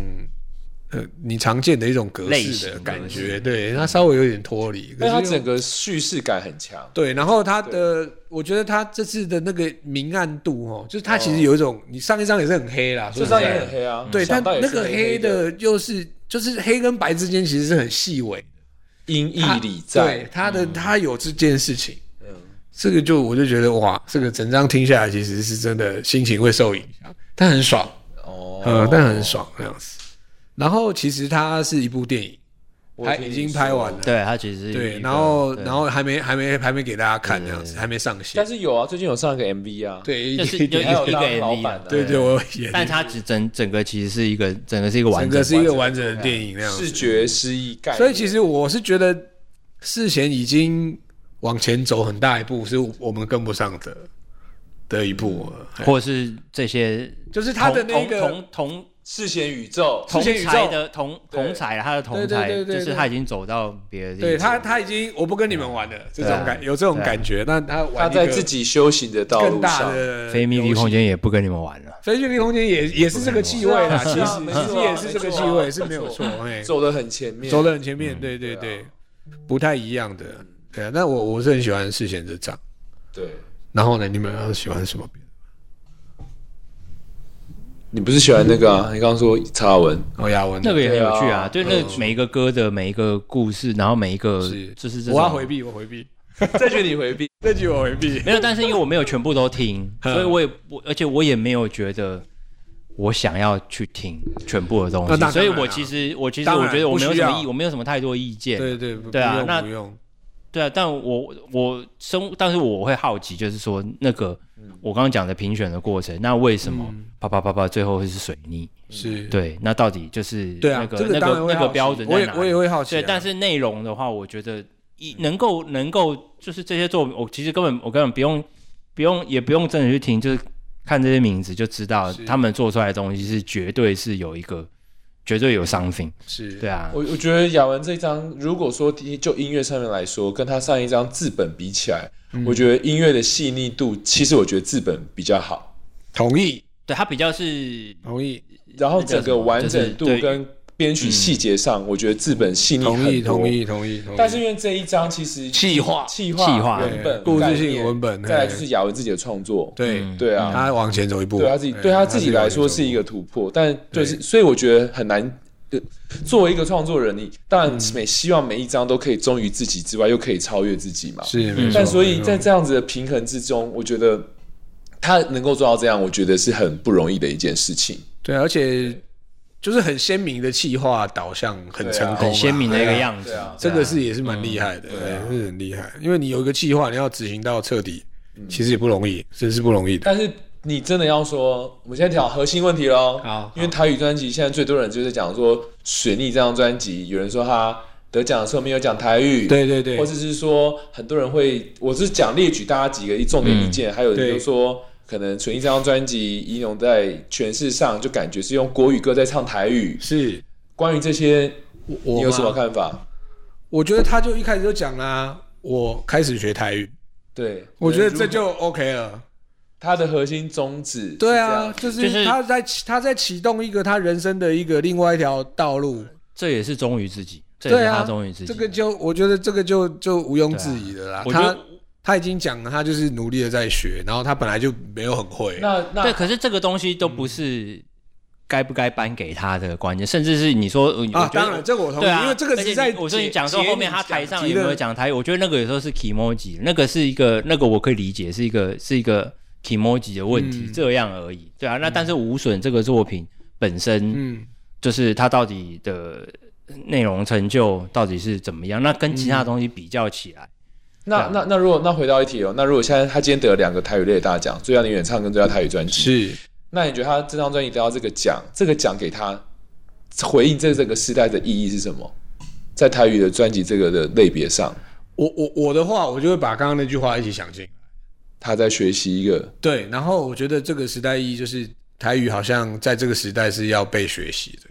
[SPEAKER 1] 呃你常见的一种格
[SPEAKER 2] 类
[SPEAKER 1] 式的嗯
[SPEAKER 2] 型
[SPEAKER 1] 感
[SPEAKER 2] 格
[SPEAKER 1] 觉，对，它稍微有点脱离。可
[SPEAKER 3] 但
[SPEAKER 1] 是
[SPEAKER 3] 他
[SPEAKER 1] 又
[SPEAKER 3] 整个叙事感很强。
[SPEAKER 1] 对，然后它的，我觉得它这次的那个明暗度哦，就是它其实有一种，你上一张也是很黑啦，
[SPEAKER 3] 这
[SPEAKER 1] 说
[SPEAKER 3] 张
[SPEAKER 1] 实
[SPEAKER 3] 也
[SPEAKER 1] 在
[SPEAKER 3] 很黑啊，
[SPEAKER 1] 对，但
[SPEAKER 3] 想到也
[SPEAKER 1] 那
[SPEAKER 3] 是
[SPEAKER 1] 个
[SPEAKER 3] 黑
[SPEAKER 1] 的又是就是黑跟白之间其实是很细微的，
[SPEAKER 3] 音译
[SPEAKER 1] 它
[SPEAKER 3] 里
[SPEAKER 1] 对
[SPEAKER 3] 在，
[SPEAKER 1] 它的它有这件事情，
[SPEAKER 3] 嗯，
[SPEAKER 1] 这个就我就觉得哇，这个整张听下来其实是真的心情会受影响，但很爽。
[SPEAKER 3] 哦
[SPEAKER 1] 呃，但很爽那样子。然后其实它是一部电影，
[SPEAKER 3] 我
[SPEAKER 1] 拍
[SPEAKER 3] 听
[SPEAKER 1] 已
[SPEAKER 3] 你
[SPEAKER 1] 经拍完
[SPEAKER 3] 说
[SPEAKER 1] 了，
[SPEAKER 2] 对他其实是
[SPEAKER 1] 对，
[SPEAKER 2] 一个
[SPEAKER 1] 然后
[SPEAKER 2] 对
[SPEAKER 1] 然后还没还没还没给大家看这样子，还没上线
[SPEAKER 3] 但。是有啊，最近有上一个 MV 啊，，
[SPEAKER 1] 对，一
[SPEAKER 2] 就是就
[SPEAKER 1] 点点
[SPEAKER 2] 一
[SPEAKER 3] 还有
[SPEAKER 2] 个一个
[SPEAKER 3] 当老
[SPEAKER 2] MV
[SPEAKER 3] 板
[SPEAKER 2] 啊
[SPEAKER 3] 的，
[SPEAKER 1] 对对，我也
[SPEAKER 2] 但它只整整个其实是一个整个是一个完
[SPEAKER 1] 整
[SPEAKER 2] 整
[SPEAKER 1] 个
[SPEAKER 2] 的，
[SPEAKER 1] 是一个完整的电影那样子
[SPEAKER 3] 视觉失忆概念，
[SPEAKER 1] 所以其实我是觉得事前已经往前走很大一步，是我们跟不上的的一步了。
[SPEAKER 2] 或是这些
[SPEAKER 1] 就是他的那个
[SPEAKER 2] 同同
[SPEAKER 3] 视线宇宙
[SPEAKER 2] 同同
[SPEAKER 1] 世界宇宙
[SPEAKER 2] 才的同
[SPEAKER 3] 对
[SPEAKER 2] 同才，他的同才
[SPEAKER 1] 对对对对对
[SPEAKER 2] 就是他已经走到别的地方，
[SPEAKER 1] 对他，他已经我不跟你们玩了，这种感有这种感觉。那他玩
[SPEAKER 3] 啊他
[SPEAKER 1] 一
[SPEAKER 3] 在
[SPEAKER 1] 个
[SPEAKER 3] 自己修行的道
[SPEAKER 1] 更
[SPEAKER 3] 路
[SPEAKER 1] 大
[SPEAKER 3] 上，
[SPEAKER 1] 的
[SPEAKER 2] 非密闭
[SPEAKER 1] 游戏
[SPEAKER 2] 空，间也不跟你们玩了，
[SPEAKER 1] 非密闭空间也也是这个气味啦。
[SPEAKER 3] 是
[SPEAKER 1] 其实
[SPEAKER 3] 啊是啊没错啊
[SPEAKER 1] 其实也是这个气
[SPEAKER 3] 没错
[SPEAKER 1] 味
[SPEAKER 3] 啊
[SPEAKER 1] 是没有错，哎，
[SPEAKER 3] 走得很前面，
[SPEAKER 1] 走得很前面，对对
[SPEAKER 3] 对啊
[SPEAKER 1] 对，不太一样的。对啊，那我我是很喜欢世贤这张。
[SPEAKER 3] 对。
[SPEAKER 1] 然后呢，你们要喜欢什么别的？
[SPEAKER 3] 你不是喜欢那个啊？你刚刚说查
[SPEAKER 1] [LAUGHS]
[SPEAKER 3] 尔文，
[SPEAKER 1] 哦，雅文的
[SPEAKER 2] 那个也很有趣啊，
[SPEAKER 3] 对
[SPEAKER 2] 对，
[SPEAKER 3] 啊
[SPEAKER 2] 那每一个歌的每一个故事，然后每一个
[SPEAKER 1] 是
[SPEAKER 2] 就是这种
[SPEAKER 1] 我要回避，我回避，
[SPEAKER 3] 再劝你回避。
[SPEAKER 1] 这句我回避。
[SPEAKER 2] 没有，但是因为我没有全部
[SPEAKER 1] [LAUGHS]
[SPEAKER 2] 都听，
[SPEAKER 1] 嗯
[SPEAKER 2] 所以我也我而且我也没有觉得我想要去听全部的东
[SPEAKER 1] 那当然
[SPEAKER 2] 西，
[SPEAKER 1] 啊
[SPEAKER 2] 所以我其实我其实
[SPEAKER 1] 当然
[SPEAKER 2] 我觉得我没有
[SPEAKER 1] 不需
[SPEAKER 2] 什
[SPEAKER 1] 要
[SPEAKER 2] 么意，我没有什么太多意见，
[SPEAKER 1] 对对不
[SPEAKER 2] 对啊
[SPEAKER 1] 不用
[SPEAKER 2] 那
[SPEAKER 1] 不用，
[SPEAKER 2] 对啊，但我我生，但是我会好奇，就是说那个
[SPEAKER 1] 嗯
[SPEAKER 2] 我刚刚讲的评选的过程，那为什么啪啪啪啪最后会是水泥？
[SPEAKER 1] 是
[SPEAKER 2] 嗯对，那到底就是
[SPEAKER 1] 对啊
[SPEAKER 2] 那，个
[SPEAKER 1] 这个
[SPEAKER 2] 那
[SPEAKER 1] 当然
[SPEAKER 2] 个
[SPEAKER 1] 会
[SPEAKER 2] 那
[SPEAKER 1] 好
[SPEAKER 2] 个
[SPEAKER 1] 奇
[SPEAKER 2] 标准
[SPEAKER 1] 我
[SPEAKER 2] 在
[SPEAKER 1] 也
[SPEAKER 2] 哪里？
[SPEAKER 1] 我也会好奇
[SPEAKER 2] 对
[SPEAKER 1] 啊，，
[SPEAKER 2] 但是内容的话，我觉得一能够能够就是这些作品，我其实根本我根本不用不用也不用真的去听，就是看这些名字就知道
[SPEAKER 1] 是
[SPEAKER 2] 他们做出来的东西是绝对是有一个绝对有 something。
[SPEAKER 1] 是
[SPEAKER 2] 对啊，
[SPEAKER 3] 我我觉得雅文这张，如果说第一就音乐上面来说，跟他上一张字本比起来，
[SPEAKER 1] 嗯
[SPEAKER 3] 我觉得音乐的细腻度，其实我觉得字本比较好。
[SPEAKER 1] 同意
[SPEAKER 2] 对它比较是
[SPEAKER 1] 同意
[SPEAKER 3] 然后整个完整度
[SPEAKER 2] 就是对
[SPEAKER 3] 跟编曲细节上，我觉得字本细腻
[SPEAKER 1] 嗯同意
[SPEAKER 3] 很多
[SPEAKER 1] 同。意同意同意，
[SPEAKER 3] 但是因为这一张其实
[SPEAKER 1] 气化
[SPEAKER 3] 气
[SPEAKER 2] 气化
[SPEAKER 3] 化
[SPEAKER 1] 对
[SPEAKER 3] 文本
[SPEAKER 1] 故
[SPEAKER 3] 概
[SPEAKER 1] 事
[SPEAKER 3] 念
[SPEAKER 1] 性文本，
[SPEAKER 3] 再来
[SPEAKER 1] 嘿
[SPEAKER 3] 就是雅文自己的创作。
[SPEAKER 2] 嗯
[SPEAKER 1] 对
[SPEAKER 3] 对啊，
[SPEAKER 1] 他往前走一步，
[SPEAKER 3] 对他自己
[SPEAKER 1] 嘿
[SPEAKER 3] 对他自己来说
[SPEAKER 1] 往前走
[SPEAKER 3] 是一
[SPEAKER 1] 步
[SPEAKER 3] 个突破，但就是所以我觉得很难。呃作为一个创作人，你当然
[SPEAKER 1] 嗯
[SPEAKER 3] 每希望每一张都可以忠于自己之外，又可以超越自己嘛。
[SPEAKER 1] 是，
[SPEAKER 2] 嗯
[SPEAKER 1] 没错
[SPEAKER 3] 但所以
[SPEAKER 1] 没错
[SPEAKER 3] 在这样子的平衡之中，我觉得他能够做到这样，我觉得是很不容易的一件事情。
[SPEAKER 1] 对，而且就是很鲜明的气化导向，很成功啊，
[SPEAKER 2] 很鲜明的一个
[SPEAKER 1] 对啊
[SPEAKER 2] 样子
[SPEAKER 3] 对啊，
[SPEAKER 1] 这个是也是蛮厉害的，对，是很厉害。因为你有一个计划，你要执行到彻底，
[SPEAKER 3] 嗯
[SPEAKER 1] 其实也不容易，真是不容易的。
[SPEAKER 3] 但是你真的要说，我们现在讲核心问题喽。
[SPEAKER 2] 啊
[SPEAKER 1] 好
[SPEAKER 3] 因为台语专辑现在最多人就是讲说《水逆》这张专辑，有人说他得奖的时候没有讲台语，
[SPEAKER 1] 对对对
[SPEAKER 3] 或者是说很多人会，我是讲列举大家几个重点意
[SPEAKER 1] 嗯
[SPEAKER 3] 见，还有人就说。可能《水逆》这张专辑，怡农在诠释上就感觉是用国语歌在唱台语。
[SPEAKER 1] 是
[SPEAKER 3] 关于这些，
[SPEAKER 1] 我我
[SPEAKER 3] 你有什么
[SPEAKER 1] 吗
[SPEAKER 3] 看法？
[SPEAKER 1] 我觉得他就一开始就讲啦，我开始学台语，
[SPEAKER 3] 对，
[SPEAKER 1] 我觉得
[SPEAKER 3] 如
[SPEAKER 1] 这就 OK 了。
[SPEAKER 3] 它的核心宗旨是
[SPEAKER 1] 对
[SPEAKER 3] 这
[SPEAKER 1] 啊，
[SPEAKER 3] 样，
[SPEAKER 1] 就是
[SPEAKER 2] 就是
[SPEAKER 1] 他在他在启动一个他人生的一个另外一条道路。
[SPEAKER 2] 这也是忠于自己，这也
[SPEAKER 1] 对
[SPEAKER 2] 是他
[SPEAKER 1] 啊
[SPEAKER 2] 忠于自己。
[SPEAKER 1] 这个就我觉得这个就就毋庸置疑的啦。
[SPEAKER 2] 啊我觉
[SPEAKER 1] 他
[SPEAKER 2] 得
[SPEAKER 1] 他已经讲了，他就是努力的在学，然后他本来就没有很会。
[SPEAKER 3] 那那嗯
[SPEAKER 2] 对，可是这个东西都不是该不该颁给他的关键，甚至是你说呃我
[SPEAKER 1] 啊，
[SPEAKER 2] 觉得
[SPEAKER 1] 当然这个我同意，
[SPEAKER 2] 对啊，
[SPEAKER 1] 因为这个
[SPEAKER 2] 而且
[SPEAKER 1] 是
[SPEAKER 2] 你
[SPEAKER 1] 在
[SPEAKER 2] 我说你
[SPEAKER 1] 解
[SPEAKER 2] 讲说
[SPEAKER 1] 解
[SPEAKER 2] 后面
[SPEAKER 1] 你
[SPEAKER 2] 他台上
[SPEAKER 1] 讲
[SPEAKER 2] 有
[SPEAKER 1] 题
[SPEAKER 2] 没
[SPEAKER 1] 的
[SPEAKER 2] 有讲台语，我觉得那个有时候是 emoji，那个是一个那个我可以理解是一个是一个 emoji 的问题，
[SPEAKER 1] 嗯
[SPEAKER 2] 这样而已。对啊，那但是无损这个作品本身，
[SPEAKER 1] 嗯，
[SPEAKER 2] 就是它到底的内容成就到底是怎么样，那跟
[SPEAKER 1] 嗯
[SPEAKER 2] 其他东西比较起来，
[SPEAKER 3] 那那那如果那回到一题哦，那如果现在他今天得了两个台语类的大奖，最佳女演唱跟最佳台语专辑，
[SPEAKER 1] 是
[SPEAKER 3] 那你觉得他这张专辑得到这个奖，这个奖给他回应这这个时代的意义是什么？在台语的专辑这个的类别上，
[SPEAKER 1] 我我我的话，我就会把刚刚那句话一起想进来。
[SPEAKER 3] 他在学习一个
[SPEAKER 1] 对，然后我觉得这个时代意义就是台语好像在这个时代是要被学习的。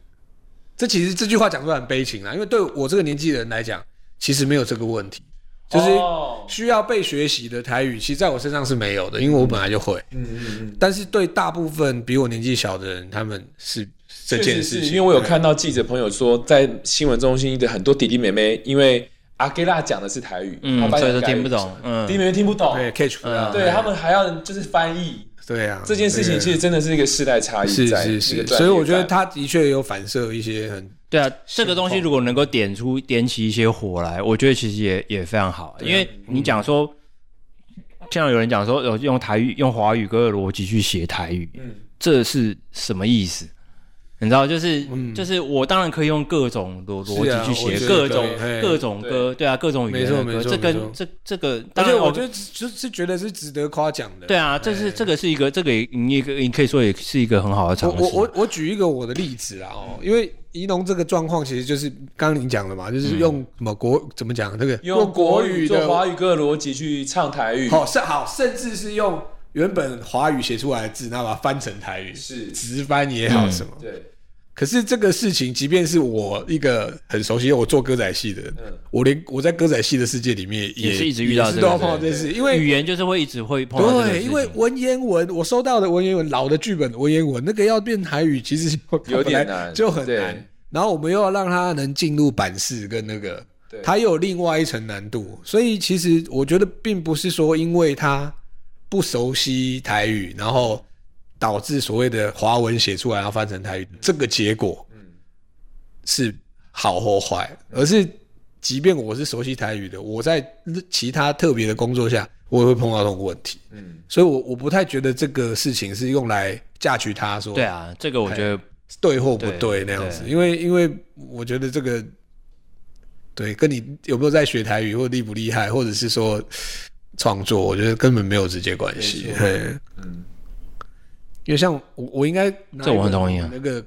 [SPEAKER 1] 这其实这句话讲出来很悲情啊，因为对我这个年纪的人来讲，其实没有这个问题，就是
[SPEAKER 3] 哦
[SPEAKER 1] 需要被学习的台语，其实在我身上是没有的，因为我本来就会。嗯嗯嗯。但是对大部分比我年纪小的人，他们是这
[SPEAKER 3] 确
[SPEAKER 1] 件
[SPEAKER 3] 实
[SPEAKER 1] 事
[SPEAKER 3] 是
[SPEAKER 1] 情，
[SPEAKER 3] 因为我有看到记者朋友说，在新闻中心的很多弟弟妹妹，因为阿给拉讲的是台语，
[SPEAKER 2] 嗯
[SPEAKER 3] 他，颁
[SPEAKER 2] 所
[SPEAKER 3] 奖
[SPEAKER 2] 以说
[SPEAKER 3] 给台语
[SPEAKER 2] 听不，懂，嗯
[SPEAKER 3] 弟弟，妹妹听不懂，
[SPEAKER 1] 对 catch 不到，
[SPEAKER 3] 对他们还要就是翻译。
[SPEAKER 1] 对啊，
[SPEAKER 3] 这件事情
[SPEAKER 1] 对
[SPEAKER 3] 其实真的是一个世代差异
[SPEAKER 1] 是
[SPEAKER 3] 在，
[SPEAKER 1] 是
[SPEAKER 3] 一个
[SPEAKER 1] 是，
[SPEAKER 3] 专
[SPEAKER 1] 所
[SPEAKER 3] 业
[SPEAKER 1] 以我觉得
[SPEAKER 3] 在
[SPEAKER 1] 他的确有反射一些很
[SPEAKER 2] 对啊，这个东西如果能够点出点起一些火来，我觉得其实也也非常
[SPEAKER 1] 啊
[SPEAKER 2] 好，因为
[SPEAKER 1] 嗯
[SPEAKER 2] 你讲说，像有人讲说有
[SPEAKER 1] 嗯
[SPEAKER 2] 用台语、用华语歌的逻辑去写台语，这是什么意思？你知道，就是、就是我当然可以用各种逻
[SPEAKER 1] 嗯
[SPEAKER 2] 逻
[SPEAKER 1] 是啊
[SPEAKER 2] 辑去
[SPEAKER 1] 我觉
[SPEAKER 2] 写
[SPEAKER 1] 得
[SPEAKER 2] 各种
[SPEAKER 1] 可以嘿
[SPEAKER 2] 各种歌，对啊，各种语言的
[SPEAKER 1] 没错没
[SPEAKER 2] 歌，
[SPEAKER 1] 错
[SPEAKER 2] 这
[SPEAKER 1] 没错
[SPEAKER 2] 跟这这个，
[SPEAKER 1] 而
[SPEAKER 2] 当
[SPEAKER 1] 且
[SPEAKER 2] 然
[SPEAKER 1] 我
[SPEAKER 2] 我
[SPEAKER 1] 觉得哎就是觉得是值得夸奖的。
[SPEAKER 2] 对啊，这是这个是一个这个也你也可以你可以说也是一个很好的尝
[SPEAKER 1] 我
[SPEAKER 2] 试。
[SPEAKER 1] 我我我举一个我的例子啦哦，因为宜农这个状况其实就是刚刚你讲的嘛，就是用什么国怎么讲这个
[SPEAKER 3] 用国
[SPEAKER 1] 国
[SPEAKER 3] 语做
[SPEAKER 1] 的
[SPEAKER 3] 华语歌的逻辑去唱台语，
[SPEAKER 1] 好甚好，甚至是用原本华语写出来的字，那把它翻成台语，
[SPEAKER 3] 是嗯
[SPEAKER 1] 直翻也好什么。
[SPEAKER 3] 对，
[SPEAKER 1] 可是这个事情，即便是我一个很熟悉，我做歌仔戏的人，
[SPEAKER 3] 嗯
[SPEAKER 1] 我连我在歌仔戏的世界里面也
[SPEAKER 2] 也是一直遇到
[SPEAKER 1] 也是
[SPEAKER 2] 这个
[SPEAKER 1] 都要碰到这件事，因为
[SPEAKER 2] 语言就是会一直会碰到这个事
[SPEAKER 1] 对，
[SPEAKER 2] 情
[SPEAKER 1] 因为文言文，我收到的文言文，老的剧本的文言文，那个要变台语，其实
[SPEAKER 3] 有点
[SPEAKER 1] 本来
[SPEAKER 3] 难
[SPEAKER 1] 就很
[SPEAKER 3] 对
[SPEAKER 1] 难。然后我们又要让它能进入版式跟那个
[SPEAKER 3] 对，
[SPEAKER 1] 它又有另外一层难度。所以其实我觉得，并不是说因为他不熟悉台语，然后导致所谓的华文写出来然后翻成台语，这个结果
[SPEAKER 3] 嗯
[SPEAKER 1] 是好或坏，而是即便我是熟悉台语的，我在其他特别的工作下，我也会碰到这种问题。
[SPEAKER 3] 嗯，
[SPEAKER 1] 所以我我不太觉得这个事情是用来嫁娶他说
[SPEAKER 2] 对啊，这个我
[SPEAKER 1] 哎
[SPEAKER 2] 觉得
[SPEAKER 1] 对或不
[SPEAKER 2] 对
[SPEAKER 1] 对那样子，
[SPEAKER 2] 对
[SPEAKER 1] 因为因为我觉得这个对跟你有没有在学台语或厉不厉害，或者是说创作，我觉得根本没有直接关系
[SPEAKER 3] 没。错
[SPEAKER 1] 嘿
[SPEAKER 3] 嗯，
[SPEAKER 1] 因为像我我应该拿
[SPEAKER 2] 这我很同意啊
[SPEAKER 1] 那个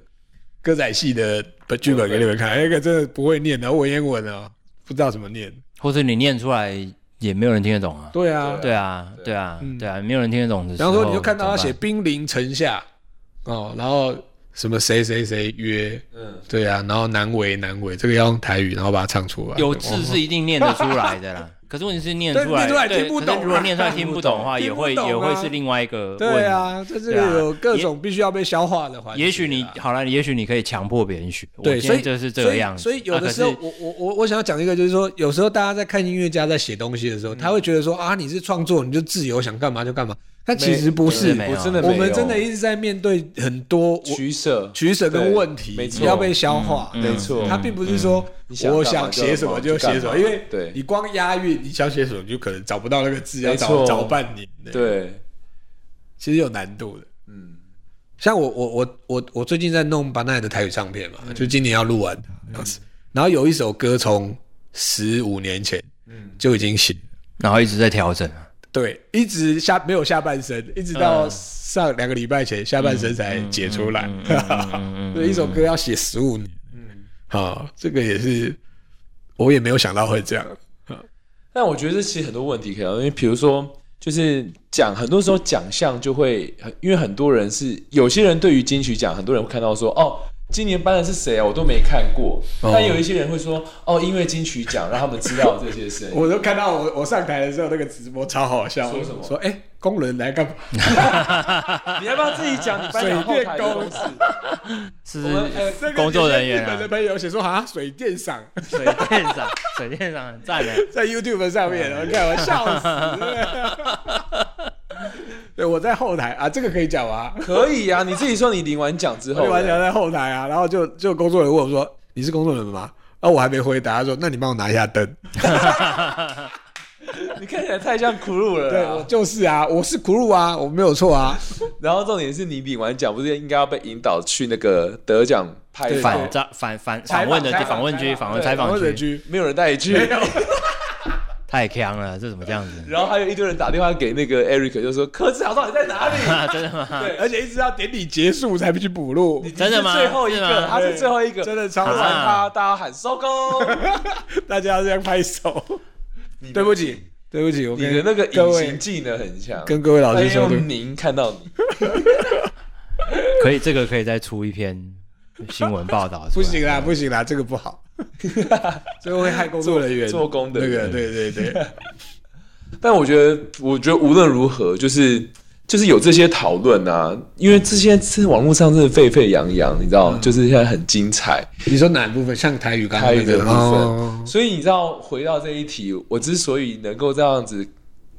[SPEAKER 1] 歌仔戏的剧本给你们看，那哎个真的不会念，然后文言文啊不知道怎么念。
[SPEAKER 2] 或者你念出来也没有人听得懂啊。
[SPEAKER 1] 对啊，
[SPEAKER 2] 对啊，对啊，对啊，没有人听得懂的时
[SPEAKER 1] 然
[SPEAKER 2] 候。
[SPEAKER 1] 后说你就看到他写
[SPEAKER 2] 怎么
[SPEAKER 1] 兵临城下哦，然后什么谁谁谁约，
[SPEAKER 3] 嗯，
[SPEAKER 1] 对啊，然后南维南维这个要用台语，然后把它唱出来。
[SPEAKER 2] 办有字是一定念得出来的啦。 [LAUGHS] 可是问题是念出
[SPEAKER 1] 对
[SPEAKER 2] 来，
[SPEAKER 1] 念出来
[SPEAKER 2] 对
[SPEAKER 1] 听不
[SPEAKER 2] 可是
[SPEAKER 1] 懂啊
[SPEAKER 2] 如果念出来听不懂的
[SPEAKER 1] [LAUGHS]
[SPEAKER 2] 话，
[SPEAKER 1] 听
[SPEAKER 2] 也
[SPEAKER 1] 不
[SPEAKER 2] 会
[SPEAKER 1] 懂啊
[SPEAKER 2] 也会是另外一个
[SPEAKER 1] 对
[SPEAKER 2] 问
[SPEAKER 1] 啊，这是个有各种必须要被消化的环
[SPEAKER 2] 题。
[SPEAKER 1] 节啊。
[SPEAKER 2] 也许你好了，也许你可以强迫别人学。我
[SPEAKER 1] 对，
[SPEAKER 2] 今
[SPEAKER 1] 所
[SPEAKER 2] 天
[SPEAKER 1] 以
[SPEAKER 2] 就是这个样子。
[SPEAKER 1] 所以所以有
[SPEAKER 2] 啊
[SPEAKER 1] 的
[SPEAKER 2] 可
[SPEAKER 1] 时候
[SPEAKER 2] 是，
[SPEAKER 1] 我我我我想要讲一个，就是说，有时候大家在看音乐家在写东西的时候，
[SPEAKER 2] 嗯
[SPEAKER 1] 他会觉得说啊，你是创作，你就自由想干嘛就干嘛。但其实不是，
[SPEAKER 2] 没有
[SPEAKER 3] 我真的没
[SPEAKER 1] 我
[SPEAKER 3] 有，
[SPEAKER 1] 们真的一直在面对很多
[SPEAKER 3] 取舍，
[SPEAKER 1] 取舍跟
[SPEAKER 3] 对
[SPEAKER 1] 问题，
[SPEAKER 3] 没
[SPEAKER 1] 你
[SPEAKER 3] 错
[SPEAKER 1] 要被消化。
[SPEAKER 2] 嗯
[SPEAKER 1] 对
[SPEAKER 3] 没错，嗯
[SPEAKER 1] 他并不是说
[SPEAKER 3] 你想
[SPEAKER 1] 我
[SPEAKER 3] 干嘛
[SPEAKER 1] 想写什么就写什
[SPEAKER 3] 干
[SPEAKER 1] 么，
[SPEAKER 3] 嘛
[SPEAKER 1] 因为
[SPEAKER 3] 对
[SPEAKER 1] 你光押韵，你想写什么就可能找不到那个字，要
[SPEAKER 3] 没
[SPEAKER 1] 找
[SPEAKER 3] 错
[SPEAKER 1] 找半年。，
[SPEAKER 3] 对，
[SPEAKER 1] 其实有难度的。
[SPEAKER 3] 嗯，
[SPEAKER 1] 像我我我我我最近在弄班奈的台语唱片嘛，
[SPEAKER 3] 嗯
[SPEAKER 1] 就今年要录完它这样子。然后有一首歌从十五年前
[SPEAKER 3] 嗯
[SPEAKER 1] 就已经写了，
[SPEAKER 2] 然后一直在调整啊。
[SPEAKER 1] 对，一直下没有下半身，一直到上两个礼拜前下半身才解出来。嗯 [LAUGHS] 所以一首歌要写十五年，
[SPEAKER 3] 嗯
[SPEAKER 1] 啊，这个也是我也没有想到会这样。
[SPEAKER 3] 但我觉得这其实很多问题可能，因为比如说，就是奖，很多时候奖项就会，很因为很多人是有些人对于金曲奖，很多人会看到说，哦，今年颁的是谁啊，我都没看过。
[SPEAKER 1] 哦。
[SPEAKER 3] 但有一些人会说，哦，因为金曲奖让他们知道这些
[SPEAKER 1] [LAUGHS]
[SPEAKER 3] 事
[SPEAKER 1] 我都看到我我上台的时候那个直播超好笑，
[SPEAKER 3] 说什么
[SPEAKER 1] 说哎、工人来 [LAUGHS] 干嘛？
[SPEAKER 3] 你要不要自己讲你颁
[SPEAKER 1] 水
[SPEAKER 3] 奖后
[SPEAKER 1] 电
[SPEAKER 3] 台的
[SPEAKER 1] 工
[SPEAKER 3] 东西？
[SPEAKER 2] 是
[SPEAKER 3] 我们呃
[SPEAKER 1] 这个
[SPEAKER 2] 工作
[SPEAKER 1] 有些
[SPEAKER 2] 人员
[SPEAKER 1] 日
[SPEAKER 2] 啊
[SPEAKER 1] 本的朋友写说啊，水电赏
[SPEAKER 2] [LAUGHS] 水电上，水电上很赞的。啊
[SPEAKER 1] [LAUGHS] 在 YouTube 上面，我看我笑 [LAUGHS] 死。对，我在后台啊，这个可以讲吗？
[SPEAKER 3] 可以啊，你自己说你领完奖之
[SPEAKER 1] 我
[SPEAKER 3] 后，
[SPEAKER 1] 就完全在后台啊，然后就就工作人员问我说：“你是工作人员吗？”啊，我还没回答，他说：“那你帮我拿一下灯。
[SPEAKER 3] [LAUGHS] 你看起来太像苦鲁”了
[SPEAKER 1] 对，
[SPEAKER 3] 啦。
[SPEAKER 1] 我就是啊，我是苦路啊，我没有错啊。
[SPEAKER 3] 然后重点是你领完奖，不是应该要被引导去那个得奖拍
[SPEAKER 1] 对
[SPEAKER 3] 照
[SPEAKER 2] 反？诈反反
[SPEAKER 1] 采
[SPEAKER 2] 访问的
[SPEAKER 1] 采
[SPEAKER 2] 访问区，访问
[SPEAKER 1] 对
[SPEAKER 2] 采访
[SPEAKER 1] 者
[SPEAKER 2] 区，
[SPEAKER 1] 居，
[SPEAKER 3] 没有人带你去，
[SPEAKER 2] 太强了，这怎么这样子？
[SPEAKER 3] [LAUGHS] 然后还有一堆人打电话给那个 Eric，就说柯志豪到底在哪里？
[SPEAKER 2] 啊，真的吗？
[SPEAKER 3] 对，
[SPEAKER 1] 而且一直到典礼结束才去补录。
[SPEAKER 2] [LAUGHS] 真的吗
[SPEAKER 3] 你是最后一
[SPEAKER 2] 真的
[SPEAKER 3] 个，
[SPEAKER 2] 吗
[SPEAKER 3] 他是最后一个，
[SPEAKER 1] 真的超
[SPEAKER 3] 喊
[SPEAKER 1] 惨，
[SPEAKER 2] 啊
[SPEAKER 3] 他，大家喊收
[SPEAKER 2] [LAUGHS]
[SPEAKER 3] 工。
[SPEAKER 1] 大家这样拍手。对不起，对不起，我
[SPEAKER 3] 你
[SPEAKER 1] 跟
[SPEAKER 3] 的那个
[SPEAKER 1] 各
[SPEAKER 3] 隐形
[SPEAKER 1] 位
[SPEAKER 3] 技能很强，
[SPEAKER 1] 跟各位老
[SPEAKER 3] 他
[SPEAKER 1] 师说，对
[SPEAKER 3] 用您看到你，
[SPEAKER 2] 可以，这个可以再出一篇新闻报道。
[SPEAKER 1] 不行，
[SPEAKER 3] 啊
[SPEAKER 1] 啦，不行啦，这个不
[SPEAKER 3] [LAUGHS]
[SPEAKER 1] 好，这个会害工作人员
[SPEAKER 3] 做工的
[SPEAKER 1] 那个，
[SPEAKER 3] 人
[SPEAKER 1] 对对
[SPEAKER 3] [LAUGHS]
[SPEAKER 1] 对，
[SPEAKER 3] 但我觉得，我觉得无论如何，就是就是有这些讨论啊，因为这些是网络上真的沸沸扬扬，你
[SPEAKER 2] 嗯
[SPEAKER 3] 知道，就是现在很精彩。
[SPEAKER 1] 你说哪部分？像台语刚刚
[SPEAKER 3] 台
[SPEAKER 1] 那
[SPEAKER 3] 语
[SPEAKER 1] 个
[SPEAKER 3] 的部分。
[SPEAKER 1] 哦
[SPEAKER 3] 所以你知道，回到这一题，我之所以能够这样子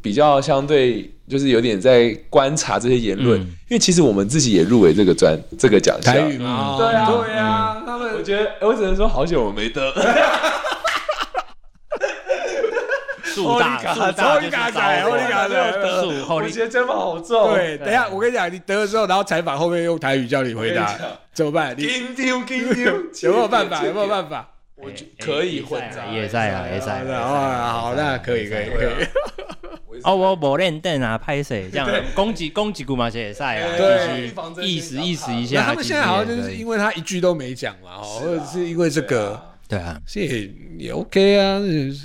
[SPEAKER 3] 比较相对，就是有点在观察这些言论，
[SPEAKER 2] 嗯
[SPEAKER 3] 因为其实我们自己也入围这个专这个奖项。
[SPEAKER 1] 台语嘛，
[SPEAKER 2] 嗯
[SPEAKER 1] 哦
[SPEAKER 3] 对啊
[SPEAKER 1] 对啊，他
[SPEAKER 3] 我
[SPEAKER 1] 们
[SPEAKER 3] 觉得我只能说好久我没得，
[SPEAKER 2] 树大
[SPEAKER 3] 哦你
[SPEAKER 2] 树
[SPEAKER 3] 嘎
[SPEAKER 2] 大就是
[SPEAKER 1] 嘎
[SPEAKER 2] 招
[SPEAKER 1] 仔
[SPEAKER 2] 我啊
[SPEAKER 1] 哦你嘎仔
[SPEAKER 2] 树后
[SPEAKER 3] 呃我
[SPEAKER 2] 力
[SPEAKER 3] 觉得肩膀好重。 [LAUGHS]
[SPEAKER 1] 对，等一下，我跟你讲，你得的时候，然后采访后面用台语叫你回答
[SPEAKER 3] 我跟你讲，
[SPEAKER 1] 怎么办？哎你
[SPEAKER 3] 紧张，紧张，
[SPEAKER 1] [LAUGHS] 有没有办法？有没有
[SPEAKER 3] 法？
[SPEAKER 1] 办法？
[SPEAKER 3] 我觉
[SPEAKER 2] 哎
[SPEAKER 3] 可以
[SPEAKER 2] 也
[SPEAKER 3] 混
[SPEAKER 2] 在
[SPEAKER 3] 杂
[SPEAKER 2] 啊，也在啊，也在
[SPEAKER 1] 好
[SPEAKER 2] 啊。
[SPEAKER 1] 的
[SPEAKER 2] 也在
[SPEAKER 1] 啊
[SPEAKER 2] 啊
[SPEAKER 1] 好，
[SPEAKER 2] 也在啊
[SPEAKER 1] 那可以可以可
[SPEAKER 3] 对啊
[SPEAKER 1] 以。
[SPEAKER 2] 哦，我某练凳啊，拍谁这样啊，攻击攻击古马鞋也赛啊，
[SPEAKER 1] 对
[SPEAKER 2] 一起意识意识一
[SPEAKER 1] 那
[SPEAKER 2] 下。
[SPEAKER 1] 他们现在好像就
[SPEAKER 2] 其实
[SPEAKER 1] 是
[SPEAKER 2] 也
[SPEAKER 1] 因为他一句都没讲嘛，哦，或者是因为这个，
[SPEAKER 2] 对啊，
[SPEAKER 1] 所以也 OK 啊。是
[SPEAKER 3] 嗯，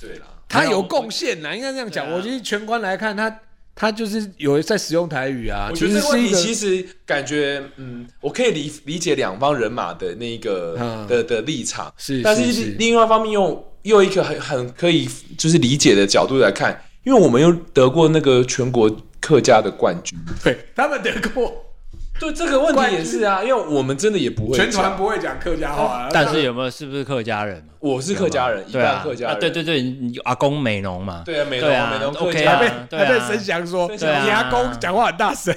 [SPEAKER 3] 对啦，
[SPEAKER 1] 他有贡献呐，应该这样讲。
[SPEAKER 2] 对啊
[SPEAKER 1] 我觉得全观来看，他他就是有在使用台语啊，
[SPEAKER 3] 我觉
[SPEAKER 1] 其
[SPEAKER 3] 得
[SPEAKER 1] 实
[SPEAKER 3] 这个
[SPEAKER 1] 是
[SPEAKER 3] 问
[SPEAKER 1] 一
[SPEAKER 3] 题
[SPEAKER 1] 个
[SPEAKER 3] 其实感觉，嗯，我可以理理解两方人马的那个、
[SPEAKER 1] 嗯
[SPEAKER 3] 的的立场，
[SPEAKER 1] 是
[SPEAKER 3] 但
[SPEAKER 1] 是
[SPEAKER 3] 是
[SPEAKER 1] 是
[SPEAKER 3] 另外一方面用又一个很很可以就是理解的角度来看，因为我们又得过那个全国客家的冠军，
[SPEAKER 1] [LAUGHS] 对他们得过，
[SPEAKER 3] 对这个问题也是啊，因为我们真的也不会
[SPEAKER 1] 全
[SPEAKER 3] 讲
[SPEAKER 1] 团不会讲客家 [LAUGHS] 话，
[SPEAKER 2] 但是有没有是不是客家人嘛？
[SPEAKER 3] 我是客家人，一
[SPEAKER 2] 对啊
[SPEAKER 3] 半，客家人，
[SPEAKER 2] 啊对对对，你有阿公美浓嘛？
[SPEAKER 3] 对啊，美
[SPEAKER 2] 对啊
[SPEAKER 3] 容美容客
[SPEAKER 2] OK
[SPEAKER 3] 家
[SPEAKER 1] 还被
[SPEAKER 2] 啊对
[SPEAKER 1] 还被申翔说
[SPEAKER 3] 申
[SPEAKER 1] 你
[SPEAKER 2] 翔
[SPEAKER 1] 阿公讲话很大声，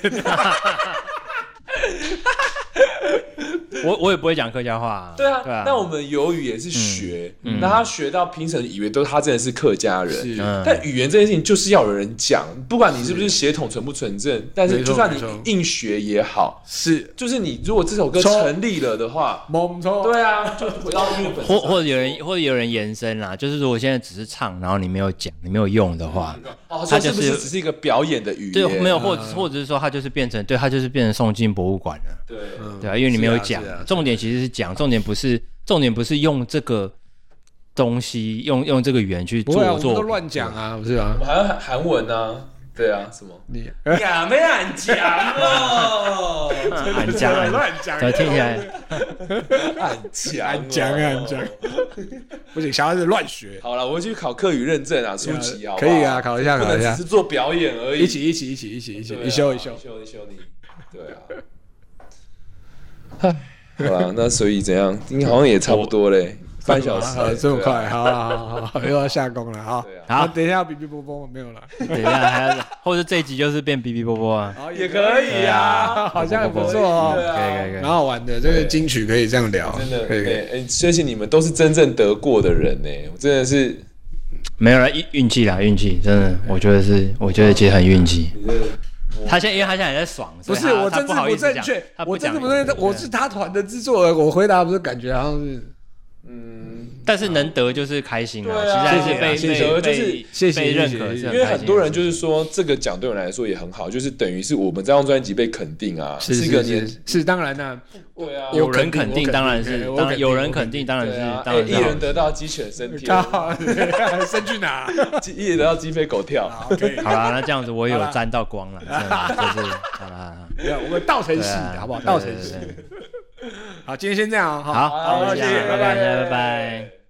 [SPEAKER 2] 我我也不会讲客家话啊。
[SPEAKER 3] 对啊，
[SPEAKER 2] 对啊。
[SPEAKER 3] 那我们由于也是学，
[SPEAKER 2] 嗯嗯
[SPEAKER 3] 那他学到评审以为都他真的是客家人，
[SPEAKER 1] 是
[SPEAKER 2] 嗯
[SPEAKER 3] 但语言这件事情就是要有人讲，不管你是不是血统纯不纯正，但
[SPEAKER 1] 没错
[SPEAKER 3] 是就算你
[SPEAKER 1] 没错
[SPEAKER 3] 硬学也
[SPEAKER 1] [LAUGHS]
[SPEAKER 3] 好，
[SPEAKER 1] 是
[SPEAKER 3] 就是你如果这首歌
[SPEAKER 1] 错
[SPEAKER 3] 成立了的话，
[SPEAKER 1] 猛冲，
[SPEAKER 3] 对啊，就回到日本，
[SPEAKER 2] 或或者有人或者有人延伸啦，就是如果现在只是唱，然后你没有讲，你没有用的话，
[SPEAKER 3] 哦，
[SPEAKER 2] 他
[SPEAKER 3] 这
[SPEAKER 2] 就是是
[SPEAKER 3] 不是只是一个表演的语言？
[SPEAKER 2] 对，没有，或者或者是说他就是变成对他就是变成送进博物馆了，
[SPEAKER 3] 对，
[SPEAKER 1] 嗯
[SPEAKER 2] 对啊，因为你没有讲
[SPEAKER 1] 是啊是啊，
[SPEAKER 2] 重点其实是讲，重点不是重点不是用这个东西用用这个语言去
[SPEAKER 1] 不会啊，我
[SPEAKER 2] 做
[SPEAKER 1] 们都
[SPEAKER 2] 做，
[SPEAKER 1] 乱讲啊，不是啊
[SPEAKER 3] 我，们还有韩韩文啊，对啊，什么？
[SPEAKER 2] [LAUGHS]
[SPEAKER 1] 你
[SPEAKER 3] 敢没敢讲
[SPEAKER 1] 啊
[SPEAKER 3] 哦？
[SPEAKER 2] 俺讲俺
[SPEAKER 1] 乱讲，
[SPEAKER 2] 对，听起来
[SPEAKER 1] [LAUGHS]
[SPEAKER 3] 敢啊讲，啊
[SPEAKER 1] 敢讲敢讲。 [LAUGHS] 不行，小孩子乱学，
[SPEAKER 3] [LAUGHS] 好了，我会去考课语认证啊，初
[SPEAKER 1] [LAUGHS]
[SPEAKER 3] 级好不
[SPEAKER 1] 可
[SPEAKER 3] 好
[SPEAKER 1] 以啊，，考一下
[SPEAKER 3] 不
[SPEAKER 1] 考
[SPEAKER 3] 能
[SPEAKER 1] 一
[SPEAKER 3] 只
[SPEAKER 1] 下
[SPEAKER 3] 是，做表演而已。
[SPEAKER 1] 一起一起一起一起一起
[SPEAKER 3] 对啊
[SPEAKER 1] 一修一
[SPEAKER 3] 一 [LAUGHS]
[SPEAKER 1] 修，
[SPEAKER 3] 修一修你，对啊。唉，好了，那所以怎样？你好像也差不多嘞，半小时
[SPEAKER 1] 啊
[SPEAKER 3] 嘞，
[SPEAKER 1] 这么
[SPEAKER 3] 对啊
[SPEAKER 1] 快，好好好好好，又要下工了啊
[SPEAKER 3] 对啊！
[SPEAKER 1] 那
[SPEAKER 2] 好，
[SPEAKER 1] 等一下要比比波波没有了，
[SPEAKER 2] 等一下还要，或者这一集就是变哔哔啵啵啊，
[SPEAKER 1] 好
[SPEAKER 3] 也可以啊，
[SPEAKER 1] 好像也不错
[SPEAKER 3] 可以
[SPEAKER 1] 哦，
[SPEAKER 3] 啊
[SPEAKER 2] 可以可以可
[SPEAKER 1] [LAUGHS]
[SPEAKER 2] 以
[SPEAKER 1] 蛮，好玩的，这个
[SPEAKER 3] 对
[SPEAKER 1] 金曲可以这样聊，
[SPEAKER 3] 真的，
[SPEAKER 1] 可以可以
[SPEAKER 3] 哎哎，相信你们都是真正得过的人呢，我真的是，
[SPEAKER 2] 没有了运运气啦，运气真的，我觉得是，我觉得其实很运气。
[SPEAKER 3] 你真的
[SPEAKER 2] 他现在因为他现在还在爽，
[SPEAKER 1] 不
[SPEAKER 2] 所以
[SPEAKER 1] 是
[SPEAKER 2] 他
[SPEAKER 1] 我
[SPEAKER 2] 他
[SPEAKER 1] 政治
[SPEAKER 2] 不好意
[SPEAKER 1] 不
[SPEAKER 2] 思
[SPEAKER 1] 正
[SPEAKER 2] 讲
[SPEAKER 1] 确
[SPEAKER 2] 他，
[SPEAKER 1] 我政
[SPEAKER 2] 讲
[SPEAKER 1] 治不正确，我是他团的制作人，我回答不是感觉好像是
[SPEAKER 3] 嗯，
[SPEAKER 2] 但是能得就是开心
[SPEAKER 3] 对啊
[SPEAKER 2] 其实还是
[SPEAKER 3] 谢
[SPEAKER 2] 被
[SPEAKER 3] 谢啊
[SPEAKER 2] 被
[SPEAKER 3] 谢谢就是
[SPEAKER 2] 被
[SPEAKER 1] 谢谢
[SPEAKER 2] 被认可，
[SPEAKER 1] 谢谢
[SPEAKER 2] 是
[SPEAKER 3] 因
[SPEAKER 2] 很开心
[SPEAKER 3] 为
[SPEAKER 2] 的
[SPEAKER 3] 很多人就是说这个奖对我们来说也很好，就是等于是我们这张专辑被肯定啊，
[SPEAKER 1] 是
[SPEAKER 3] 一个
[SPEAKER 1] 是
[SPEAKER 3] 年
[SPEAKER 1] 是，是当然啦，
[SPEAKER 3] 对啊，
[SPEAKER 2] 有人肯
[SPEAKER 1] 我肯
[SPEAKER 2] 定
[SPEAKER 1] 定
[SPEAKER 2] 当然
[SPEAKER 1] 我肯
[SPEAKER 2] 是
[SPEAKER 1] 定，我
[SPEAKER 2] 当
[SPEAKER 1] 肯
[SPEAKER 2] 然
[SPEAKER 1] 定
[SPEAKER 2] 有人肯定当然是
[SPEAKER 3] 对啊，
[SPEAKER 2] 当
[SPEAKER 3] 哎
[SPEAKER 2] 然
[SPEAKER 3] 一
[SPEAKER 2] 是好
[SPEAKER 3] 人得到鸡犬
[SPEAKER 1] [LAUGHS]
[SPEAKER 3] 升天，
[SPEAKER 1] 好， [LAUGHS] 升啊去哪？
[SPEAKER 3] 鸡一人得到鸡飞狗跳，
[SPEAKER 1] 好，可以，
[SPEAKER 2] 好啦，那这样子我有
[SPEAKER 1] 好啦
[SPEAKER 2] 沾到光了，真的就是好啦，
[SPEAKER 1] 没有我们倒成
[SPEAKER 2] 对
[SPEAKER 1] 系
[SPEAKER 2] 啊，
[SPEAKER 1] 好不好？
[SPEAKER 2] 对
[SPEAKER 1] 倒成
[SPEAKER 2] 对
[SPEAKER 1] 系
[SPEAKER 2] 对，对
[SPEAKER 1] 好，今天先这样啊，好
[SPEAKER 2] 好，
[SPEAKER 3] 好
[SPEAKER 2] 那就
[SPEAKER 3] 谢
[SPEAKER 2] 这
[SPEAKER 3] 谢
[SPEAKER 2] 样拜拜
[SPEAKER 3] 拜拜
[SPEAKER 2] 拜拜。